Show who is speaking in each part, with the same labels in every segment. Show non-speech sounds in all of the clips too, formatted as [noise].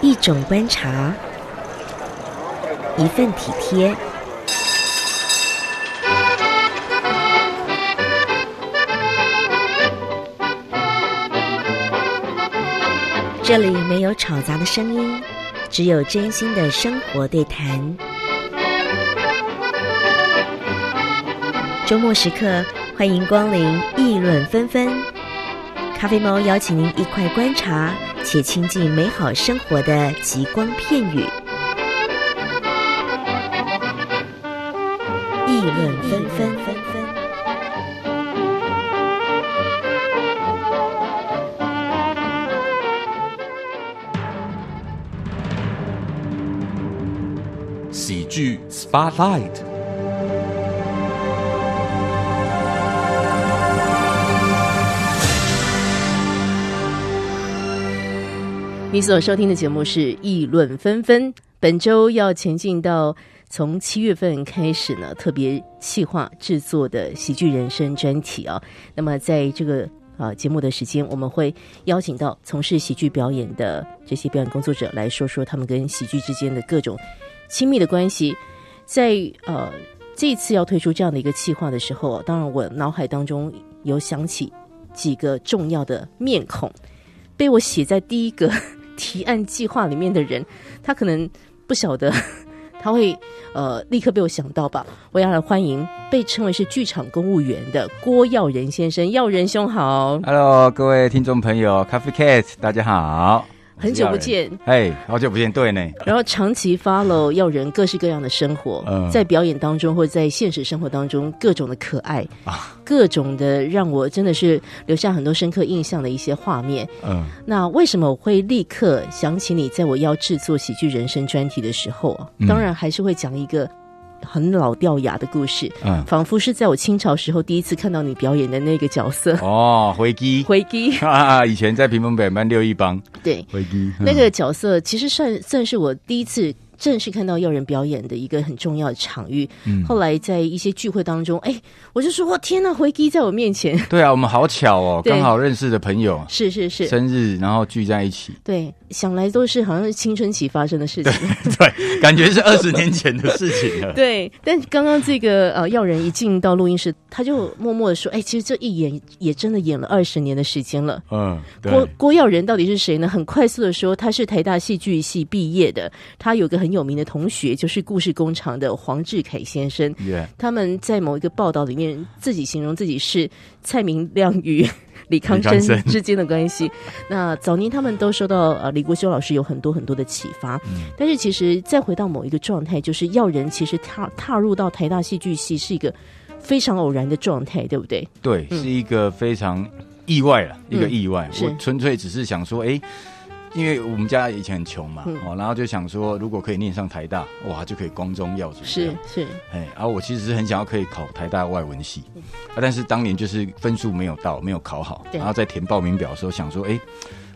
Speaker 1: 一种观察，一份体贴。这里没有吵杂的声音，只有真心的生活对谈。周末时刻，欢迎光临议论纷纷。咖啡猫邀请您一块观察且亲近美好生活的极光片语。议论纷纷。
Speaker 2: 喜剧 Spotlight。
Speaker 3: 你所收听的节目是《议论纷纷》，本周要前进到从七月份开始呢，特别企划制作的《喜剧人生》专题啊。那么在这个啊节目的时间，我们会邀请到从事喜剧表演的这些表演工作者来说说他们跟喜剧之间的各种亲密的关系。在呃这次要推出这样的一个企划的时候啊，当然我脑海当中有想起几个重要的面孔，被我写在第一个提案计划里面的人，他可能不晓得，他会呃立刻被我想到吧。我要来欢迎被称为是剧场公务员的郭耀仁先生，耀仁兄好，
Speaker 4: Hello，各位听众朋友，Coffee Cat，大家好，
Speaker 3: 很久不见。
Speaker 4: 哎，好久不见，对呢， [laughs]
Speaker 3: 然后长期 follow 耀仁各式各样的生活，
Speaker 4: 嗯
Speaker 3: 在表演当中或在现实生活当中各种的可爱，
Speaker 4: 啊
Speaker 3: 各种的让我真的是留下很多深刻印象的一些画面。
Speaker 4: 嗯，
Speaker 3: 那为什么我会立刻想起你？在我要制作喜剧人生专题的时候啊，
Speaker 4: 嗯
Speaker 3: 当然还是会讲一个很老掉牙的故事，
Speaker 4: 嗯
Speaker 3: 仿佛是在我清朝时候第一次看到你表演的那个角色
Speaker 4: 哦，回击，
Speaker 3: 回
Speaker 4: [laughs]
Speaker 3: 击。
Speaker 4: 啊，以前在屏风北班六一帮
Speaker 3: 对，
Speaker 4: 回击，嗯
Speaker 3: 那个角色其实算算是我第一次正式看到要人表演的一个很重要的场域。
Speaker 4: 嗯
Speaker 3: 后来在一些聚会当中，哎，我就说我天呐，回击在我面前， [laughs]
Speaker 4: 对啊，我们好巧哦，
Speaker 3: 对
Speaker 4: 刚好认识的朋友
Speaker 3: 是是是。
Speaker 4: 生日，然后聚在一起，
Speaker 3: 对，想来都是好像是青春期发生的事情。
Speaker 4: [laughs] 对，感觉是二十年前的事情了，
Speaker 3: 对，但刚刚这个呃，药人一进到录音室，他就默默的说：“哎，其实这一演也真的演了二十年的时间了。”
Speaker 4: 嗯，
Speaker 3: 郭
Speaker 4: 对，
Speaker 3: 郭耀仁到底是谁呢？很快速的说，他是台大戏剧系毕业的，他有个很有名的同学，就是故事工厂的黄志凯先生。
Speaker 4: 耶，
Speaker 3: 他们在某一个报道里面自己形容自己是蔡明亮与 [laughs] 李康生
Speaker 4: 李康生
Speaker 3: 之间的关系。 [laughs] 那早年他们都受到呃李国修老师有很多很多的启发，但是其实再回到某一个状态，就是要人其实踏踏入到台大戏剧系是一个非常偶然的状态，对不对？
Speaker 4: 对，是一个非常意外了，一个意外。
Speaker 3: 嗯是
Speaker 4: 我纯粹只是想说，哎、因为我们家以前很穷嘛，
Speaker 3: 嗯
Speaker 4: 哦，然后就想说，如果可以念上台大，哇，就可以光宗耀祖。
Speaker 3: 是，是，
Speaker 4: 哎，啊，我其实是很想要可以考台大外文系，啊，但是当年就是分数没有到，没有考好，
Speaker 3: 嗯对
Speaker 4: 然后在填报名表的时候想说，哎、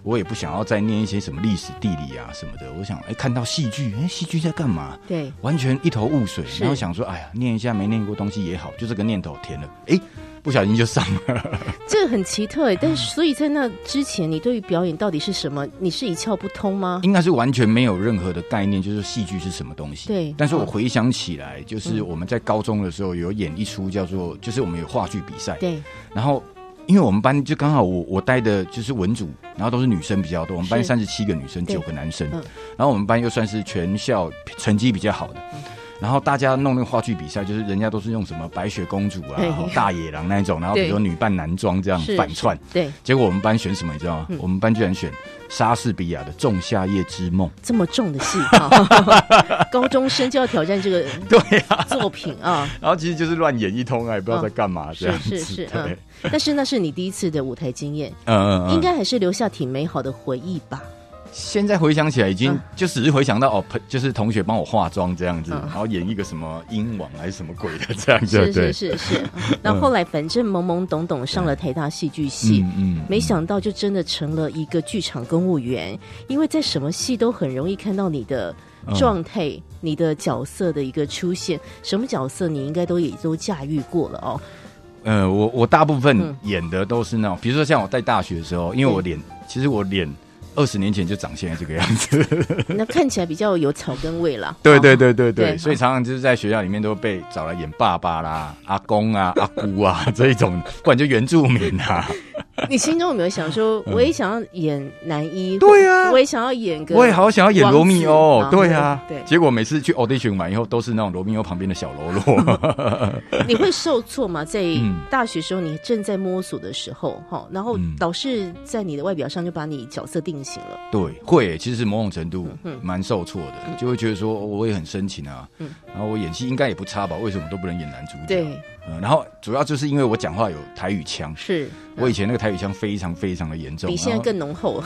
Speaker 4: 我也不想要再念一些什么历史、地理啊什么的，我想，哎、看到戏剧，哎、戏剧在干嘛？
Speaker 3: 对，
Speaker 4: 完全一头雾水，
Speaker 3: 是
Speaker 4: 然后想说，哎呀，念一下没念过东西也好，就这个念头填了，哎、不小心就上了。
Speaker 3: 这个很奇特哎。但是所以在那之前，你对于表演到底是什么？你是一窍不通吗？
Speaker 4: 应该是完全没有任何的概念，就是戏剧是什么东西。
Speaker 3: 对嗯
Speaker 4: 但是我回想起来，就是我们在高中的时候有演一出叫做，就是我们有话剧比赛，
Speaker 3: 对，
Speaker 4: 然后。因为我们班就刚好我我待的就是文组，然后都是女生比较多，我们班
Speaker 3: 是
Speaker 4: 三十七个女生，
Speaker 3: 对
Speaker 4: 九个男生，
Speaker 3: 嗯
Speaker 4: 然后我们班又算是全校成绩比较好的，
Speaker 3: 嗯
Speaker 4: 然后大家弄那个话剧比赛，就是人家都是用什么白雪公主啊、
Speaker 3: 对
Speaker 4: 然后大野狼那一种，然后比如说女扮男装这样
Speaker 3: 是嗯
Speaker 4: 反串
Speaker 3: 是，对，
Speaker 4: 结果我们班选什么你知道吗？我们班居然选莎士比亚的《仲夏夜之梦》。
Speaker 3: 这么重的 [laughs] 戏啊，高中生就要挑战这个
Speaker 4: [laughs] 对啊，
Speaker 3: 作品啊！
Speaker 4: 然后其实就是乱演一通啊，也不知道在干嘛这
Speaker 3: [laughs] 是
Speaker 4: 样子。
Speaker 3: 是是，嗯
Speaker 4: 对，，
Speaker 3: 但是那是你第一次的舞台经验，
Speaker 4: 嗯嗯嗯，
Speaker 3: 应该还是留下挺美好的回忆吧？
Speaker 4: 现在回想起来，已经
Speaker 3: 嗯
Speaker 4: 就只是回想到哦，朋就是同学帮我化妆这样子，
Speaker 3: 嗯
Speaker 4: 然后演一个什么鹰王啊还是什么鬼的这样子，
Speaker 3: 是
Speaker 4: 对
Speaker 3: 是，是
Speaker 4: [laughs]
Speaker 3: 是。嗯那后来反正懵懵懂懂上了台大戏剧系。
Speaker 4: 嗯
Speaker 3: 没想到就真的成了一个剧场公务员，因为在什么戏都很容易看到你的
Speaker 4: 嗯
Speaker 3: 状态、你的角色的一个出现，什么角色你应该都也都驾驭过了哦。 [laughs]
Speaker 4: 呃，我我大部分
Speaker 3: 嗯
Speaker 4: 演的都是那种，比如说像我在大学的时候，因为我脸，其实我脸二十年前就长现在这个样子。
Speaker 3: [laughs] 那看起来比较有草根味啦。哦
Speaker 4: 对对对对
Speaker 3: 对嗯
Speaker 4: 对，所以常常就是在学校里面都被找来演爸爸啦、阿公啊、阿姑啊这一种，不然就原住民啊。
Speaker 3: 你心中有没有想说，我也想要演男
Speaker 4: 嗯
Speaker 3: 一？
Speaker 4: 对啊
Speaker 3: 或我也想要演个，
Speaker 4: 我也好想要演罗密欧，对啊，
Speaker 3: 对，
Speaker 4: 结果每次去 audition 完以后，都是那种罗密欧旁边的小喽
Speaker 3: 嗯
Speaker 4: 啰。
Speaker 3: [laughs] 你会受挫吗？在
Speaker 4: 嗯
Speaker 3: 大学时候，你正在摸索的时候，哈，然后
Speaker 4: 嗯
Speaker 3: 导师在你的外表上就把你角色定型了。
Speaker 4: [laughs] 对，会耶，其实某种程度
Speaker 3: 嗯
Speaker 4: 蛮受挫的，就会觉得说哦我也很深情啊，然后我演戏应该也不差吧，为什么都不能演男主角？
Speaker 3: 对，
Speaker 4: 嗯，然后主要就是因为我讲话有台语腔，
Speaker 3: 是
Speaker 4: 我以前那个台语腔非常非常的严重，
Speaker 3: 比现在
Speaker 4: 然后
Speaker 3: 更浓厚。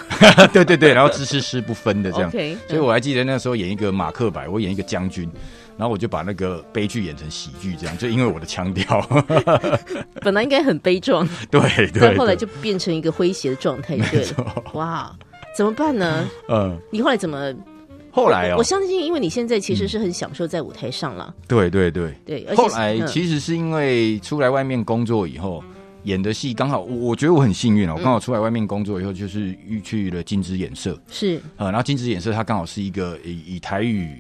Speaker 4: 对对对，然后知吃师不分 [laughs] 的这样。
Speaker 3: OK，嗯
Speaker 4: 所以我还记得那时候演一个马克白，我演一个将军，然后我就把那个悲剧演成喜剧，这样就因为我的腔调。 [laughs]
Speaker 3: 本来应该很悲壮，
Speaker 4: 对对
Speaker 3: 但
Speaker 4: 对，
Speaker 3: 后来就变成一个诙谐的状态，对了。哇，怎么办
Speaker 4: [laughs]
Speaker 3: 呢？
Speaker 4: 嗯，
Speaker 3: 你后来怎么？
Speaker 4: 后来哦
Speaker 3: 我，相信，因为你现在其实是很享受在舞台上了，
Speaker 4: 对对对，
Speaker 3: 对。而且
Speaker 4: 后
Speaker 3: 是
Speaker 4: 来
Speaker 3: 嗯
Speaker 4: 其实是因为出来外面工作以后。演的戏刚好，我我觉得我很幸运
Speaker 3: 嗯
Speaker 4: 哦，我刚好出来外面工作以后，就是遇去了金枝演社，
Speaker 3: 是
Speaker 4: 呃，然后金枝演社它刚好是一个以以台语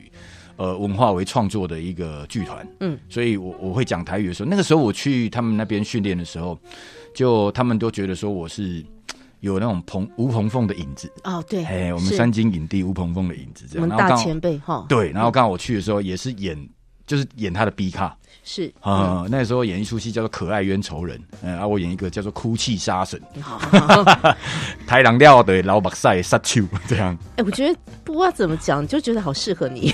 Speaker 4: 呃文化为创作的一个剧团，
Speaker 3: 嗯，
Speaker 4: 所以我我会讲台语的时候，那个时候我去他们那边训练的时候，就他们都觉得说我是有那种彭吴鹏凤的影子，
Speaker 3: 哦，对，
Speaker 4: 哎，我们
Speaker 3: 是
Speaker 4: 三金影帝吴鹏凤的影子这
Speaker 3: 我
Speaker 4: 样，
Speaker 3: 们
Speaker 4: 然后
Speaker 3: 大
Speaker 4: 刚好
Speaker 3: 前辈哈，
Speaker 4: 对，然后刚好我去的时候也是演。就是演他的 B 卡
Speaker 3: 是嗯
Speaker 4: 啊、那时候演一出戏叫做《可爱冤仇人》，嗯，啊，我演一个叫做《哭泣杀神》，
Speaker 3: 好好好
Speaker 4: 台狼料的老马赛杀手这样。
Speaker 3: 哎，我觉得不知道怎么讲，就觉得好适
Speaker 4: [laughs]
Speaker 3: 合你，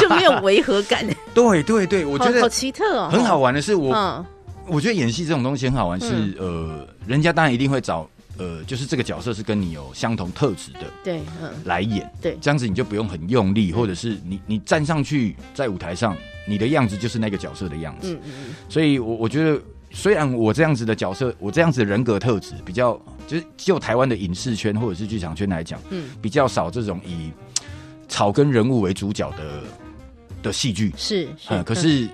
Speaker 3: 就没有违和感，
Speaker 4: 对对对， [laughs] 我
Speaker 3: 我
Speaker 4: 觉得
Speaker 3: 好奇特哦，
Speaker 4: 很好玩的是我，
Speaker 3: 嗯，
Speaker 4: 我觉得演戏这种东西很好玩是，呃，人家当然一定会找呃，就是这个角色是跟你有相同特质的
Speaker 3: 对，嗯，
Speaker 4: 来演，
Speaker 3: 对嗯
Speaker 4: 这样子你就不用很用力，或者是你你站上去在舞台上，你的样子就是那个角色的样子，
Speaker 3: 嗯嗯
Speaker 4: 所以我我觉得。虽然我这样子的角色，我这样子的人格特质比较，就是就台湾的影视圈或者是剧场圈来讲，
Speaker 3: 嗯，
Speaker 4: 比较少这种以草根人物为主角的的戏剧，
Speaker 3: 是
Speaker 4: 呃，
Speaker 3: 是，
Speaker 4: 可是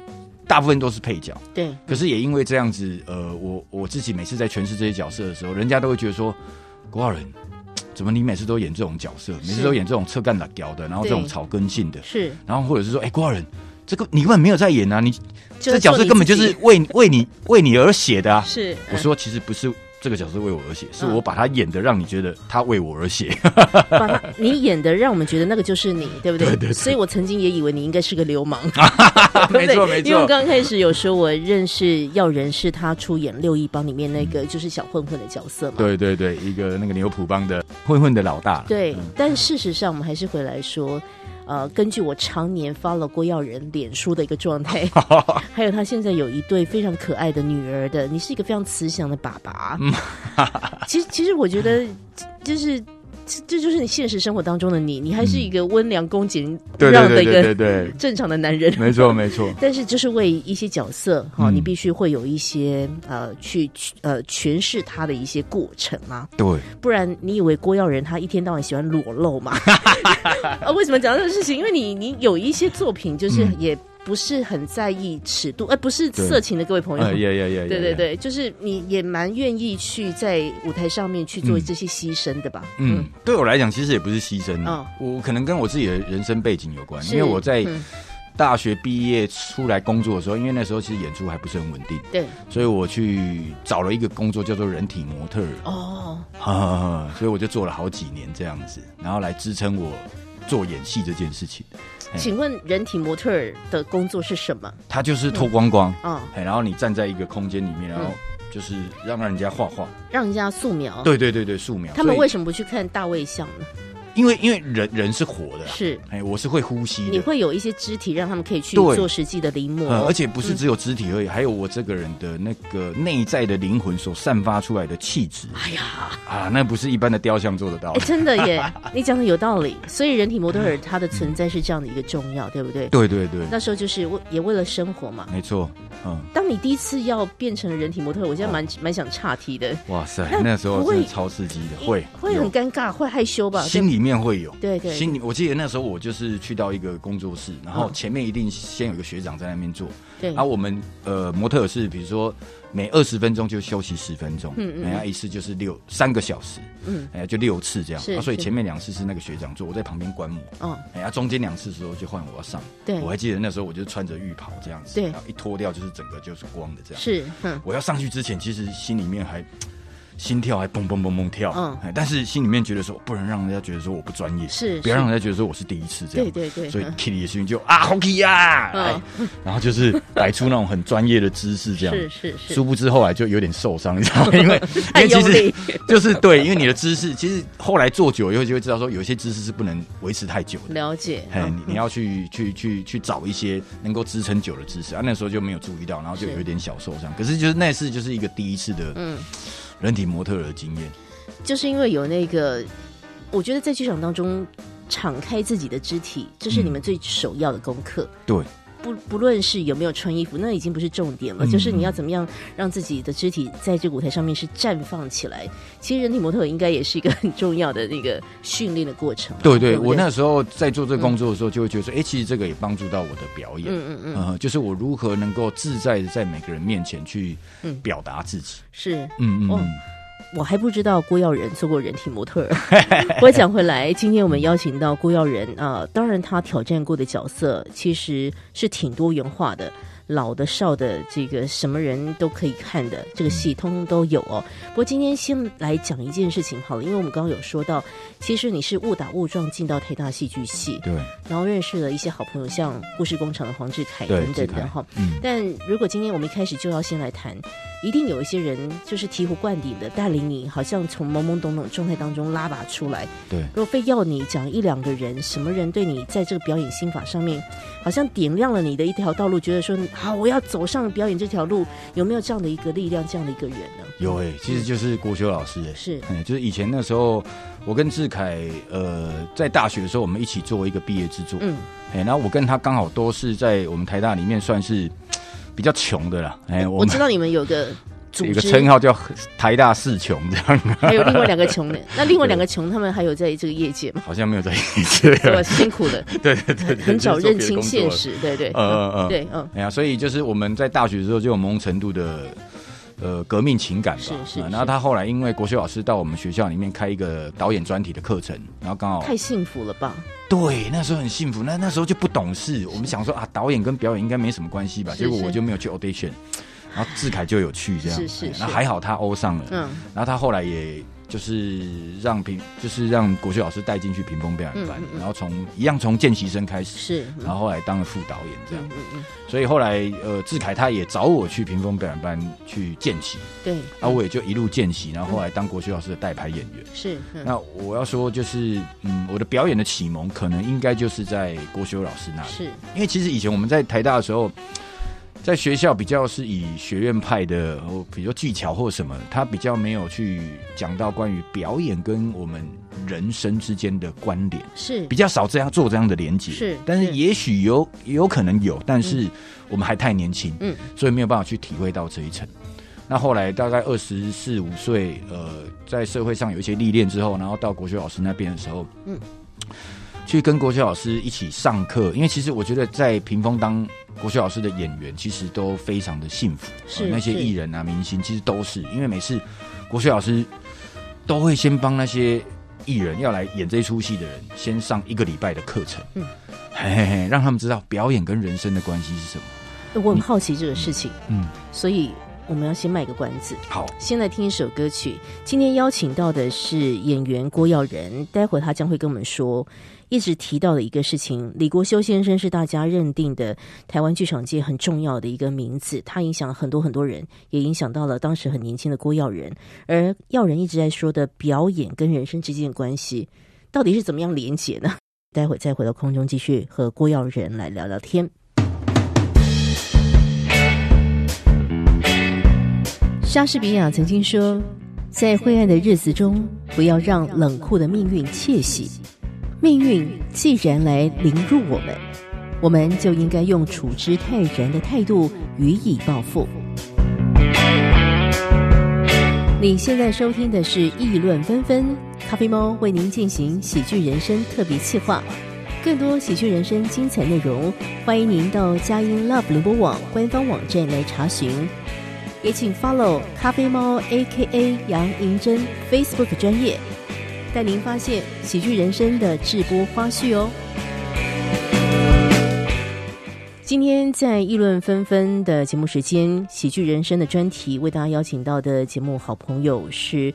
Speaker 4: 大部分都是配角。
Speaker 3: 嗯对，
Speaker 4: 可是也因为这样子，呃，我我自己每次在诠释这些角色的时候，人家都会觉得说，郭浩仁，怎么你每次都演这种角色，每次都演这种侧干打屌的，然后这种
Speaker 3: 对
Speaker 4: 草根性的，
Speaker 3: 是
Speaker 4: 然后或者是说，哎、郭浩仁，这个你根本没有在演啊，你
Speaker 3: 就
Speaker 4: 这角色根本就是为你为你为你而写的啊。
Speaker 3: 是，嗯
Speaker 4: 我说其实不是这个角色为我而写，是
Speaker 3: 嗯
Speaker 4: 我把他演的让你觉得他为我而
Speaker 3: [laughs]
Speaker 4: 写。
Speaker 3: 把它嗯你演的让我们觉得那个就是你，对不对？所以我曾经也以为你应该是个流氓，对不对
Speaker 4: 啊没错没错
Speaker 3: 因为我刚开始有说我认识耀仁是他出演《六一帮》里面那个就是小混混的角色嘛。
Speaker 4: 对对对，一个那个牛埔帮的混混的老大。
Speaker 3: 对，但事实上我们还是回来说。呃，根据我常年 follow 郭耀仁脸书的一个
Speaker 4: [laughs]
Speaker 3: 状态，还有他现在有一对非常可爱的女儿的，你是一个非常慈祥的爸爸。
Speaker 4: 嗯
Speaker 3: 其实，其实我觉得就是。这这就是你现实生活当中的你，你还是一个温良恭俭
Speaker 4: 嗯对
Speaker 3: 让
Speaker 4: 对对
Speaker 3: 的一
Speaker 4: 对对
Speaker 3: 个
Speaker 4: 对，
Speaker 3: 正常的男人，
Speaker 4: 没错没
Speaker 3: [laughs]
Speaker 4: 错。
Speaker 3: 但是就是为一些角色哈、
Speaker 4: 嗯
Speaker 3: 你必须会有一些呃去去呃诠释他的一些过程啊，
Speaker 4: 对，
Speaker 3: 不然你以为郭耀仁他一天到晚喜欢裸
Speaker 4: [laughs]
Speaker 3: 露嘛？啊，为什么讲这个事情？因为你你有一些作品就是
Speaker 4: 嗯
Speaker 3: 也不是很在意尺度，呃，不是
Speaker 4: 对
Speaker 3: 色情的各位朋友。
Speaker 4: 呃，也也也，
Speaker 3: 对对
Speaker 4: yeah，
Speaker 3: 对，就是你也蛮愿意去在舞台上面去做
Speaker 4: 嗯
Speaker 3: 这些牺牲的吧？
Speaker 4: 嗯，对我来讲，其实也不是牺牲
Speaker 3: 哦
Speaker 4: 啊。我可能跟我自己的人生背景有关，
Speaker 3: 是
Speaker 4: 因为我在
Speaker 3: 嗯
Speaker 4: 大学毕业出来工作的时候，因为那时候其实演出还不是很稳定，
Speaker 3: 对
Speaker 4: 所以我去找了一个工作叫做人体模特儿，
Speaker 3: 哦，
Speaker 4: [laughs] 哈哈哈所以我就做了好几年这样子，然后来支撑我做演戏这件事情。哎
Speaker 3: 请问人体模特儿的工作是什么？
Speaker 4: 它就是脱光光，
Speaker 3: 啊、
Speaker 4: 哎，然后你站在一个空间里面，然后
Speaker 3: 嗯
Speaker 4: 就是让人家画画。
Speaker 3: 让人家素描。
Speaker 4: 对对对对，素描。
Speaker 3: 他们
Speaker 4: 所以
Speaker 3: 为什么不去看大卫像呢？
Speaker 4: 因为因为人人是活的啊，
Speaker 3: 是
Speaker 4: 哎，我是会呼吸的，
Speaker 3: 你会嗯有一些肢体让他们可以去
Speaker 4: 对
Speaker 3: 做实际的临摹、
Speaker 4: 呃，而且不是只有肢体而已，还有我这个人的那个内在的灵魂所散发出来的气质。哎呀，啊，那不是一般的雕像做得到的。
Speaker 3: 哎，真的
Speaker 4: [laughs]
Speaker 3: 耶，你讲的有道理。所以人体模特儿它的存在是这样的一个重要，对不对？
Speaker 4: 对对对，
Speaker 3: 那时候就是为也为了生活嘛。
Speaker 4: 没错。嗯，
Speaker 3: 当你第一次要变成人体模特儿，我现在
Speaker 4: 啊
Speaker 3: 蛮、蛮想岔题的，
Speaker 4: 哇塞
Speaker 3: 那，
Speaker 4: 那时候
Speaker 3: 不会
Speaker 4: 真的超刺激的，会
Speaker 3: 会
Speaker 4: 有
Speaker 3: 很尴尬，会害羞吧？
Speaker 4: 心里面会有，
Speaker 3: 对对
Speaker 4: 心里我记得那时候我就是去到一个工作室，然后前面一定先有一个学长在那边做，
Speaker 3: 对，
Speaker 4: 啊，我们呃模特儿是比如说每二十分钟就休息十分钟，嗯嗯，人家一次就是六三个小时，
Speaker 3: 嗯
Speaker 4: 嗯，哎呀就六次这样，
Speaker 3: 是
Speaker 4: 啊所以
Speaker 3: 是
Speaker 4: 前面两次是那个学长做，我在旁边观摩，
Speaker 3: 哦，
Speaker 4: 哎呀中间两次的时候就换我要上，
Speaker 3: 对
Speaker 4: 我还记得那时候我就穿着浴袍这样子，
Speaker 3: 对
Speaker 4: 然后一脱掉就是整个就是光的这样，
Speaker 3: 是，嗯，
Speaker 4: 我要上去之前，其实心里面还心跳还蹦蹦蹦蹦跳，
Speaker 3: 嗯
Speaker 4: 哎，但是心里面觉得说不能让人家觉得说我不专业，
Speaker 3: 是
Speaker 4: 不要
Speaker 3: 是
Speaker 4: 让人家觉得说我是第一次这样，
Speaker 3: 对对对
Speaker 4: 所以
Speaker 3: 嗯
Speaker 4: Kitty 的心就啊 Hockey 啊，
Speaker 3: 嗯
Speaker 4: 哎然后就是摆出那种很专业的姿势这样，
Speaker 3: 是是是
Speaker 4: 殊不知后来就有点受伤，你知
Speaker 3: [laughs]
Speaker 4: 道吗？因为因为其
Speaker 3: 太用力
Speaker 4: 实就是对，因为你的姿势其实后来做久以后就会知道说，有一些姿势是不能维持太久的，
Speaker 3: 了解，
Speaker 4: 哎，你你
Speaker 3: 要
Speaker 4: 要去去去去找一些能够支撑久的知识啊，那时候就没有注意到，然后就是有一点小受伤。可是就是那次就是一个第一次的
Speaker 3: 嗯，哦
Speaker 4: 人体模特儿的经验，
Speaker 3: 就是因为有那个，我觉得在剧场当中敞开自己的肢体，这是你们最首要的功课。
Speaker 4: 嗯对，
Speaker 3: 不不论是有没有穿衣服，那已经不是重点了，
Speaker 4: 嗯
Speaker 3: 就是你要怎么样让自己的肢体在这个舞台上面是绽放起来。其实人体模特应该也是一个很重要的那个训练的过程啊。
Speaker 4: 对对，
Speaker 3: 对不对，
Speaker 4: 我那时候在做这个工作的时候，就会觉得说，哎、其实这个也帮助到我的表演，
Speaker 3: 嗯嗯嗯，
Speaker 4: 呃，就是我如何能够自在的在每个人面前去
Speaker 3: 嗯
Speaker 4: 表达自己，
Speaker 3: 是
Speaker 4: 嗯嗯
Speaker 3: 哦
Speaker 4: 嗯，
Speaker 3: 我还不知道郭耀仁做过人体模特儿。
Speaker 4: [laughs]
Speaker 3: 不过讲回来，今天我们邀请到郭耀仁啊、呃当然他挑战过的角色其实是挺多元化的，老的、少的，这个什么人都可以看的，这个戏通通都有哦。不过今天先来讲一件事情好了，因为我们刚刚有说到，其实你是误打误撞进到台大戏剧系，
Speaker 4: 对
Speaker 3: 然后认识了一些好朋友，像故事工厂的黄志凯
Speaker 4: 对
Speaker 3: 等等
Speaker 4: 志
Speaker 3: 的
Speaker 4: 凯
Speaker 3: 哈。
Speaker 4: 嗯，
Speaker 3: 但如果今天我们一开始就要先来谈，一定有一些人就是醍醐灌顶的带领你，好像从懵懵懂懂状态当中拉拔出来。
Speaker 4: 对。
Speaker 3: 如果非要你讲一两个人，什么人对你在这个表演心法上面，好像点亮了你的一条道路，觉得说好，我要走上表演这条路，有没有这样的一个力量，这样的一个人呢？
Speaker 4: 有哎、其实就是国修老师哎、
Speaker 3: 是
Speaker 4: 嗯，就是以前那时候，我跟志凯，呃，在大学的时候，我们一起做一个毕业制作，
Speaker 3: 嗯，
Speaker 4: 哎、然后我跟他刚好都是在我们台大里面算是嘖比较穷的啦，哎、
Speaker 3: 我
Speaker 4: 们
Speaker 3: 知道你们有个组
Speaker 4: 有一个
Speaker 3: 织
Speaker 4: 称，号叫台大四穷，这样
Speaker 3: 还有另外两个穷人，那另外两个穷他们还有在这个业界嘛，
Speaker 4: 好像没有在一起，
Speaker 3: 对吧？辛苦了，
Speaker 4: [laughs] 对对对对，
Speaker 3: 很早
Speaker 4: 就是做别的
Speaker 3: 认清
Speaker 4: 工作
Speaker 3: 现
Speaker 4: 了，
Speaker 3: 实，对对，
Speaker 4: 呃呃呃，
Speaker 3: 对，嗯。
Speaker 4: 哎呀，所以就是我们在大学的时候就有某种程度的呃革命情感吧。
Speaker 3: 是是
Speaker 4: 啊
Speaker 3: 是
Speaker 4: 然后他后来因为国修老师到我们学校里面开一个导演专题的课程，然后刚好
Speaker 3: 太幸福了吧？
Speaker 4: 对那时候很幸福，那那时候就不懂事，我们想说啊导演跟表演应该没什么关系吧，
Speaker 3: 是
Speaker 4: 结果
Speaker 3: 是
Speaker 4: 我就没有去 audition，然后志凯就有去这样，
Speaker 3: 是是
Speaker 4: 哎
Speaker 3: 是
Speaker 4: 那还好他欧上了，
Speaker 3: 嗯，
Speaker 4: 然后他后来也。就是让平，就是让国修老师带进去屏风表演班，
Speaker 3: 嗯嗯嗯
Speaker 4: 然后从一样从见习生开始，
Speaker 3: 是，嗯
Speaker 4: 然后后来当了副导演这样。
Speaker 3: 嗯嗯，
Speaker 4: 所以后来呃，志凯他也找我去屏风表演班去见习，
Speaker 3: 对，
Speaker 4: 啊，我也就一路见习，然后
Speaker 3: 嗯
Speaker 4: 后来当国学老师的代排演员。
Speaker 3: 是，嗯
Speaker 4: 那我要说就是，嗯，我的表演的启蒙可能应该就是在国修老师那里，
Speaker 3: 是，
Speaker 4: 因为其实以前我们在台大的时候，在学校比较是以学院派的，哦比如说技巧或什么，他比较没有去讲到关于表演跟我们人生之间的关联。
Speaker 3: 是
Speaker 4: 比，较少这样做这样的连接，
Speaker 3: 是
Speaker 4: 但
Speaker 3: 是
Speaker 4: 是也许有有可能有，但是我们还太年轻，
Speaker 3: 嗯，
Speaker 4: 所以没有办法去体会到这一层。那后来大概二十四五岁，呃，在社会上有一些历练之后，然后到国学老师那边的时候，
Speaker 3: 嗯，
Speaker 4: 去跟国学老师一起上课，因为其实我觉得在屏风当国学老师的演员，其实都非常的幸福，
Speaker 3: 是
Speaker 4: 哦那些
Speaker 3: 是
Speaker 4: 艺人啊、明星，其实都是因为每次国学老师都会先帮那些艺人要来演这一出戏的人，先上一个礼拜的课程，
Speaker 3: 嗯
Speaker 4: 嗯，嘿嘿嘿，让他们知道表演跟人生的关系是什么。
Speaker 3: 我很好奇这个事情，
Speaker 4: 嗯，
Speaker 3: 所以我们要先卖个关子，
Speaker 4: 好，
Speaker 3: 先来听一首歌曲。今天邀请到的是演员郭耀仁，待会儿他将会跟我们说一直提到的一个事情。李国修先生是大家认定的台湾剧场界很重要的一个名字，他影响了很多很多人，也影响到了当时很年轻的郭耀仁。而耀仁一直在说的表演跟人生之间的关系，到底是怎么样连结呢？待会儿再回到空中继续和郭耀仁来聊聊天。莎士比亚曾经说：“在灰暗的日子中，不要让冷酷的命运窃喜。命运既然来凌辱我们，我们就应该用处之泰然的态度予以报复。”你现在收听的是《议论纷纷》，咖啡猫为您进行喜剧人生特别企划。更多喜剧人生精彩内容，欢迎您到佳音 Love 联播网官方网站来查询。也请 follow 咖啡猫 A.K.A 杨银珍 Facebook 专业，带您发现喜剧人生的直播花絮哦。今天在议论纷纷的节目时间，喜剧人生的专题为大家邀请到的节目好朋友是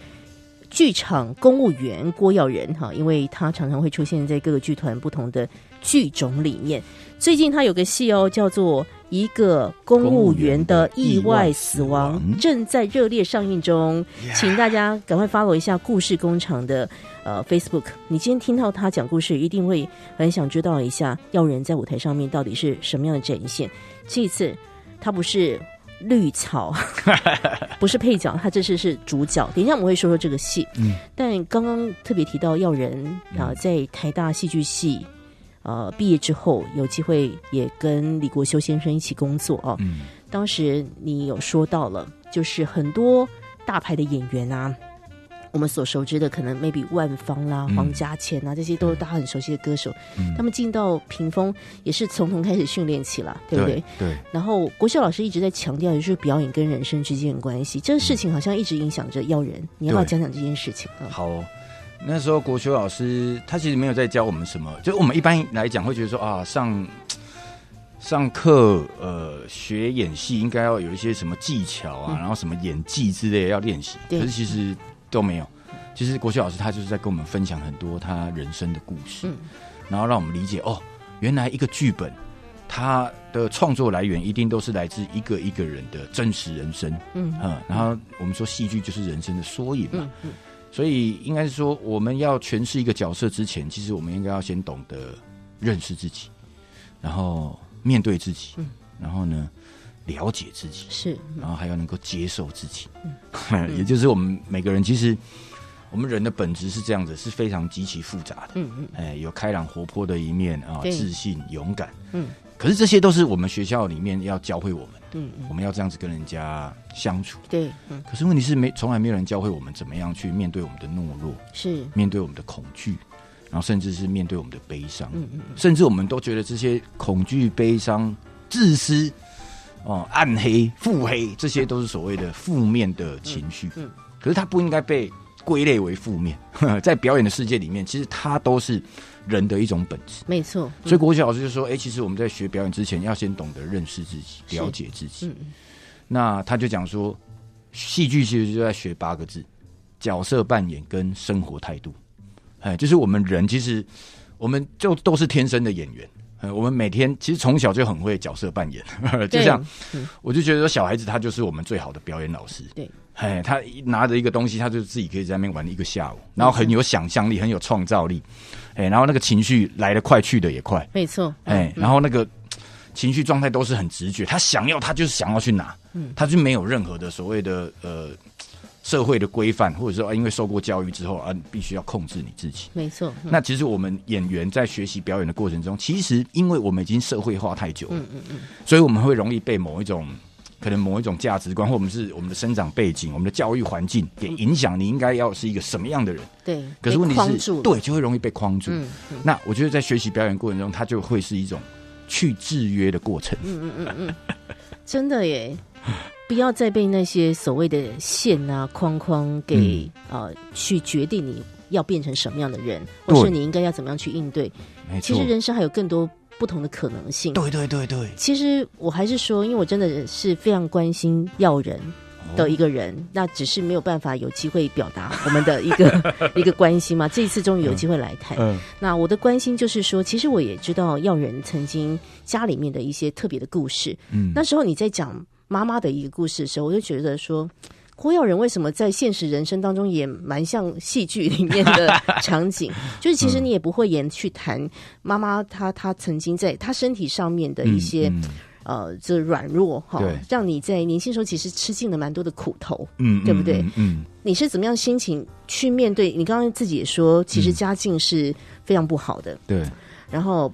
Speaker 3: 剧场公务员郭耀仁哈，因为他常常会出现在各个剧团不同的剧种里面。最近他有个戏哦，叫做《一个公务员的意外死亡
Speaker 4: 公务员的意外死》，亡
Speaker 3: 正在热烈上映中，请大家赶快 follow 一下故事工厂的呃 Facebook。你今天听到他讲故事，一定会很想知道一下耀仁在舞台上面到底是什么样的展现。这一次他不是绿草，
Speaker 4: [laughs]
Speaker 3: 不是配角，他这次是主角。等一下我们会说说这个戏，
Speaker 4: 嗯，
Speaker 3: 但刚刚特别提到耀仁啊、在台大戏剧系。呃，毕业之后有机会也跟李国修先生一起工作哦。
Speaker 4: 嗯，
Speaker 3: 当时你有说到了，就是很多大牌的演员啊，我们所熟知的可能 maybe 万芳啦、
Speaker 4: 嗯
Speaker 3: 黄家千啊，这些都是大家很熟悉的歌手，
Speaker 4: 嗯
Speaker 3: 他们进到屏风也是从头开始训练起啦，对不对？
Speaker 4: 对，
Speaker 3: 然后国秀老师一直在强调，就是表演跟人生之间的关系，这个事情好像一直影响着要人。你要不要
Speaker 4: 对
Speaker 3: 讲讲这件事情啊？
Speaker 4: 好、哦。那时候国修老师他其实没有在教我们什么，就我们一般来讲会觉得说啊，上上课呃学演戏应该要有一些什么技巧啊，
Speaker 3: 嗯
Speaker 4: 然后什么演技之类的要练习，可
Speaker 3: 对
Speaker 4: 是其实都没有。其实国修老师他就是在跟我们分享很多他人生的故事，
Speaker 3: 嗯
Speaker 4: 然后让我们理解哦，原来一个剧本它的创作来源一定都是来自一个一个人的真实人生。
Speaker 3: 嗯
Speaker 4: 嗯，然后我们说戏剧就是人生的缩影嘛
Speaker 3: 嗯，嗯，
Speaker 4: 所以应该是说我们要诠释一个角色之前，其实我们应该要先懂得认识自己，然后面对自己，
Speaker 3: 嗯
Speaker 4: 然后呢了解自己，
Speaker 3: 是
Speaker 4: 然后还要能够接受自己，[laughs]
Speaker 3: 嗯
Speaker 4: 也就是我们每个人其实我们人的本质是这样子，是非常极其复杂的。
Speaker 3: 嗯嗯
Speaker 4: 哎，有开朗活泼的一面啊，
Speaker 3: 对
Speaker 4: 自信勇敢，
Speaker 3: 嗯，
Speaker 4: 可是这些都是我们学校里面要教会我们的，
Speaker 3: 嗯嗯，
Speaker 4: 我们要这样子跟人家相处。
Speaker 3: 对，嗯
Speaker 4: 可是问题是没从来没有人教会我们怎么样去面对我们的懦弱，
Speaker 3: 是，
Speaker 4: 面对我们的恐惧，然后甚至是面对我们的悲伤，
Speaker 3: 嗯嗯嗯
Speaker 4: 甚至我们都觉得这些恐惧、悲伤、自私、哦、暗黑、腹黑，这些都是所谓的负面的情绪。
Speaker 3: 嗯嗯
Speaker 4: 可是它不应该被归类为负面， [laughs] 在表演的世界里面，其实它都是人的一种本质。
Speaker 3: 没错，嗯
Speaker 4: 所以国学老师就说：“哎、其实我们在学表演之前，要先懂得认识自己，
Speaker 3: 是
Speaker 4: 了解自己。
Speaker 3: 嗯嗯
Speaker 4: 那他就讲说，戏剧其实就在学八个字：角色扮演跟生活态度。哎，就是我们人其实我们就都是天生的演员。哎，我们每天其实从小就很会角色扮演， [laughs] 就
Speaker 3: 对
Speaker 4: 像
Speaker 3: 嗯
Speaker 4: 我就觉得说小孩子他就是我们最好的表演老师。
Speaker 3: 对，
Speaker 4: 哎，他一拿着一个东西，他就自己可以在那边玩一个下午，然后
Speaker 3: 嗯
Speaker 4: 很有想象力，很有创造力。哎，然后那个情绪来得快，去得也快。
Speaker 3: 没错，嗯
Speaker 4: 哎，然后那个情绪状态都是很直觉，他想要他就是想要去拿，
Speaker 3: 嗯
Speaker 4: 他就没有任何的所谓的呃社会的规范，或者说、啊、因为受过教育之后啊，你必须要控制你自己。
Speaker 3: 没错，嗯
Speaker 4: 那其实我们演员在学习表演的过程中，其实因为我们已经社会化太久
Speaker 3: 嗯
Speaker 4: 了，所以我们会容易被某一种可能某一种价值观，或我们是我们的生长背景、我们的教育环境给影响，你应该要是一个什么样的人。
Speaker 3: 对，
Speaker 4: 可是
Speaker 3: 被
Speaker 4: 问
Speaker 3: 框
Speaker 4: 题
Speaker 3: 住
Speaker 4: 是，
Speaker 3: 了，
Speaker 4: 对，就会容易被框住。
Speaker 3: 嗯
Speaker 4: 那我觉得在学习表演过程中，它就会是一种去制约的过程。
Speaker 3: 嗯嗯嗯嗯，真
Speaker 4: [laughs]
Speaker 3: 的耶，不要再被那些所谓的线啊、框框
Speaker 4: 嗯
Speaker 3: 给、呃去决定你要变成什么样的人，或
Speaker 4: 对
Speaker 3: 是你应该要怎么样去应对。
Speaker 4: 没
Speaker 3: 其
Speaker 4: 错
Speaker 3: 实，人生还有更多不同的可能性。
Speaker 4: 对对对对，
Speaker 3: 其实我还是说，因为我真的是非常关心要人的一个人，
Speaker 4: 哦
Speaker 3: 那只是没有办法有机会表达我们的一
Speaker 4: [laughs]
Speaker 3: 个一个关心嘛。这一次终于有机会来谈，
Speaker 4: 嗯
Speaker 3: 那我的关心就是说，其实我也知道耀仁曾经家里面的一些特别的故事。
Speaker 4: 嗯
Speaker 3: 那时候你在讲妈妈的一个故事的时候，我就觉得说，郭耀仁为什么在现实人生当中也蛮像戏剧里面的
Speaker 4: [laughs]
Speaker 3: 场景？就是其实你也不会言去谈妈妈她她曾经在她身体上面的一些、
Speaker 4: 嗯
Speaker 3: 呃这软弱哈
Speaker 4: 对，
Speaker 3: 让你在年轻时候其实吃尽了蛮多的苦头。
Speaker 4: 嗯
Speaker 3: 对不对
Speaker 4: 嗯嗯，
Speaker 3: 你是怎么样心情去面对？你刚刚自己也说，其实家境是非常不好的。
Speaker 4: 对
Speaker 3: 然后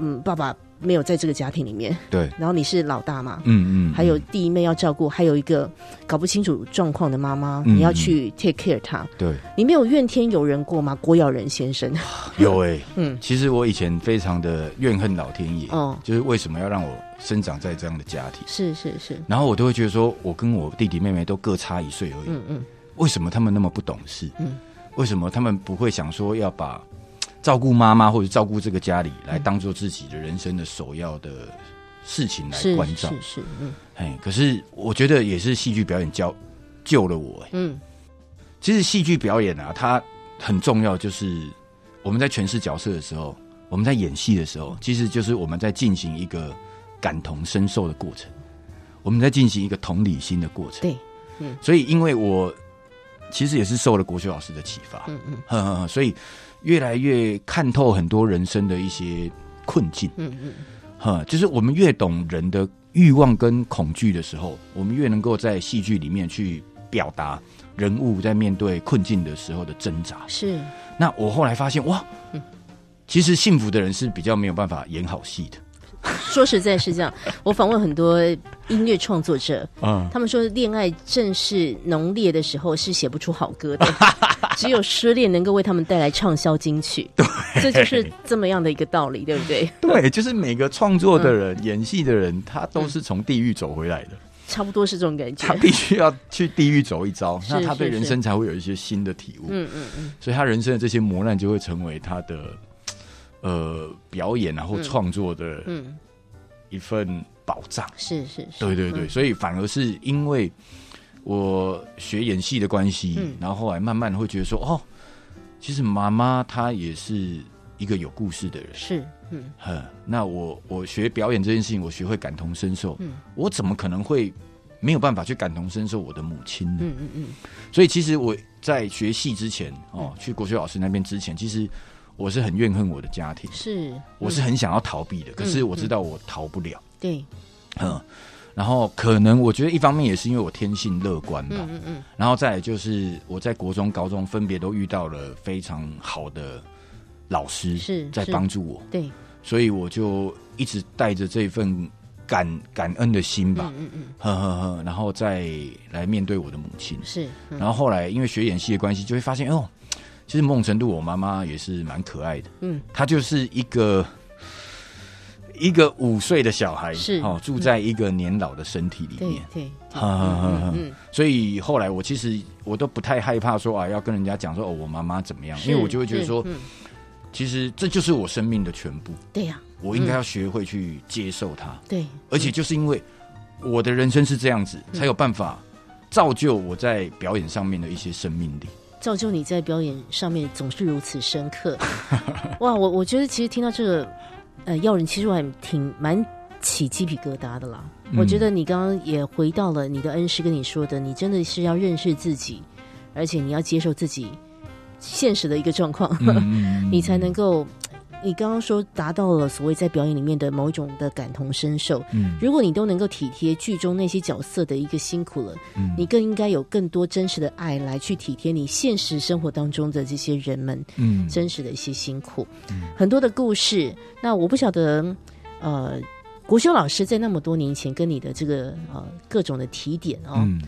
Speaker 3: 嗯，爸爸没有在这个家庭里面，
Speaker 4: 对，
Speaker 3: 然后你是老大嘛，
Speaker 4: 嗯嗯，
Speaker 3: 还有
Speaker 4: 嗯
Speaker 3: 弟妹要照顾，还有一个搞不清楚状况的妈妈，
Speaker 4: 嗯
Speaker 3: 你要去 take care 她。
Speaker 4: 对，
Speaker 3: 你没有怨天尤人过吗？郭耀仁
Speaker 4: [laughs]
Speaker 3: 先生，
Speaker 4: 有哎、
Speaker 3: 嗯，
Speaker 4: 其实我以前非常的怨恨老天爷，
Speaker 3: 哦
Speaker 4: 就是为什么要让我生长在这样的家庭，
Speaker 3: 是是是，
Speaker 4: 然后我都会觉得说，我跟我弟弟妹妹都各差一岁而已，
Speaker 3: 嗯嗯，
Speaker 4: 为什么他们那么不懂事？
Speaker 3: 嗯
Speaker 4: 为什么他们不会想说要把照顾妈妈或者照顾这个家里来
Speaker 3: 嗯
Speaker 4: 当做自己的人生的首要的事情来
Speaker 3: 是
Speaker 4: 关照
Speaker 3: 是？是，嗯
Speaker 4: 哎，可是我觉得也是戏剧表演教救了我、哎
Speaker 3: 嗯，
Speaker 4: 其实戏剧表演啊，它很重要，就是我们在诠释角色的时候，我们在演戏的时候，其实就是我们在进行一个感同身受的过程，我们在进行一个同理心的过程。
Speaker 3: 对，嗯
Speaker 4: 所以因为我其实也是受了国学老师的启发，
Speaker 3: 嗯嗯
Speaker 4: 呵呵呵所以越来越看透很多人生的一些困境。
Speaker 3: 嗯嗯，
Speaker 4: 哈，就是我们越懂人的欲望跟恐惧的时候，我们越能够在戏剧里面去表达人物在面对困境的时候的挣扎。
Speaker 3: 是
Speaker 4: 那我后来发现，哇，
Speaker 3: 嗯
Speaker 4: 其实幸福的人是比较没有办法演好戏的。
Speaker 3: 说实在是这样，我访问很多音乐创作者，
Speaker 4: 嗯，
Speaker 3: 他们说恋爱正是浓烈的时候是写不出好
Speaker 4: [laughs]
Speaker 3: 歌的，只有失恋能够为他们带来畅销金曲。对，这就是这么样的一个道理，对不对？
Speaker 4: 对，就是每个创作的人、演戏的人，他都是从地狱走回
Speaker 3: [laughs]
Speaker 4: 来的，
Speaker 3: 差不多是这种感觉
Speaker 4: 他。必须要去地狱走一遭，
Speaker 3: 是
Speaker 4: 那他对
Speaker 3: 是
Speaker 4: 人
Speaker 3: 是
Speaker 4: 生才会有一些新的体悟。
Speaker 3: 嗯嗯嗯，
Speaker 4: 所以他人生的这些磨难就会成为他的呃表演然后创作的
Speaker 3: 嗯
Speaker 4: 一份宝藏。
Speaker 3: 是是是，
Speaker 4: 对对对，所以反而是因为我学演戏的关系，
Speaker 3: 嗯
Speaker 4: 然后后来慢慢会觉得说，哦，其实妈妈她也是一个有故事的人。
Speaker 3: 是嗯
Speaker 4: 哼，那我我学表演这件事情，我学会感同身受，
Speaker 3: 嗯
Speaker 4: 我怎么可能会没有办法去感同身受我的母亲呢？
Speaker 3: 嗯嗯嗯，
Speaker 4: 所以其实我在学戏之前，哦，去国学老师那边之前，其实我是很怨恨我的家庭，
Speaker 3: 是，
Speaker 4: 我是很想要逃避的，可是
Speaker 3: 嗯
Speaker 4: 我知道我逃不了，
Speaker 3: 对，
Speaker 4: 嗯。然后可能我觉得一方面也是因为我天性乐观吧，
Speaker 3: 嗯嗯嗯，
Speaker 4: 然后再来就是我在国中、高中分别都遇到了非常好的老师，
Speaker 3: 是
Speaker 4: 在
Speaker 3: 是
Speaker 4: 帮助我，
Speaker 3: 对，
Speaker 4: 所以我就一直带着这份感感恩的心吧，
Speaker 3: 嗯嗯嗯
Speaker 4: 呵呵呵，然后再来面对我的母亲。
Speaker 3: 是，嗯
Speaker 4: 然后后来因为学演戏的关系，就会发现哦，其实某种程度我妈妈也是蛮可爱的，
Speaker 3: 嗯
Speaker 4: 她就是一个一个五岁的小孩，
Speaker 3: 是
Speaker 4: 哦，住在一个年老的身体里
Speaker 3: 对
Speaker 4: 面。啊
Speaker 3: 对，对
Speaker 4: 呵呵呵呵
Speaker 3: 嗯
Speaker 4: 所以后来我其实我都不太害怕说啊，要跟人家讲说哦，我妈妈怎么样，因为我就会觉得说，
Speaker 3: 是是嗯
Speaker 4: 其实这就是我生命的全部，
Speaker 3: 对呀，
Speaker 4: 我应该要学会去接受它，
Speaker 3: 对，
Speaker 4: 而且就是因为我的人生是这样子，
Speaker 3: 嗯
Speaker 4: 才有办法造就我在表演上面的一些生命力。
Speaker 3: 造就你在表演上面总是如此深
Speaker 4: [laughs]
Speaker 3: 刻。哇，我我觉得其实听到这个，呃，要人其实我还挺蛮起鸡皮疙瘩的啦。
Speaker 4: 嗯
Speaker 3: 我觉得你刚刚也回到了你的恩师跟你说的，你真的是要认识自己，而且你要接受自己现实的一个状况，
Speaker 4: 嗯
Speaker 3: [laughs] 你才能够。呃你刚刚说达到了所谓在表演里面的某一种的感同身受，
Speaker 4: 嗯
Speaker 3: 如果你都能够体贴剧中那些角色的一个辛苦了，
Speaker 4: 嗯
Speaker 3: 你更应该有更多真实的爱来去体贴你现实生活当中的这些人们
Speaker 4: 嗯
Speaker 3: 真实的一些辛苦，很多的故事。那我不晓得，呃，国修老师在那么多年前跟你的这个呃各种的提点哦，
Speaker 4: 嗯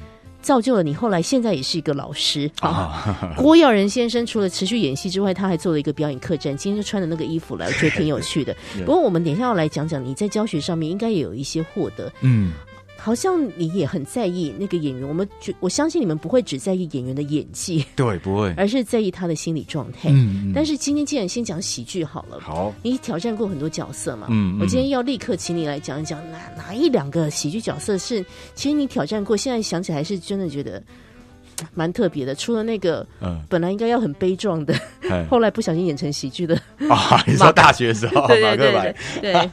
Speaker 3: 造就了你后来现在也是一个老师啊。
Speaker 4: 啊，
Speaker 3: 郭耀仁先生除了持续演戏之外，他还做了一个表演课程。今天就穿的那个衣服来，我觉得挺有
Speaker 4: [laughs]
Speaker 3: 趣的
Speaker 4: Yeah。
Speaker 3: 不过我们等一下要来讲讲你在教学上面应该也有一些获得。
Speaker 4: 嗯，
Speaker 3: 好像你也很在意那个演员，我们觉我相信你们不会只在意演员的演技，
Speaker 4: 对，不会，
Speaker 3: 而是在意他的心理状态。
Speaker 4: 嗯
Speaker 3: 但
Speaker 4: 是
Speaker 3: 是今天既然先讲喜剧好了，
Speaker 4: 好，
Speaker 3: 你挑战过很多角色嘛？
Speaker 4: 嗯嗯
Speaker 3: 我今天要立刻请你来讲一讲哪哪一两个喜剧角色是，其实你挑战过，现在想起来是真的觉得嘖蛮特别的。除了那个
Speaker 4: 嗯，
Speaker 3: 本来应该要很悲壮的，
Speaker 4: 哎
Speaker 3: 后来不小心演成喜剧的，
Speaker 4: [laughs] 啊，你说大学时候
Speaker 3: 对
Speaker 4: 马
Speaker 3: 对
Speaker 4: 克
Speaker 3: 对
Speaker 4: 白
Speaker 3: 对，对，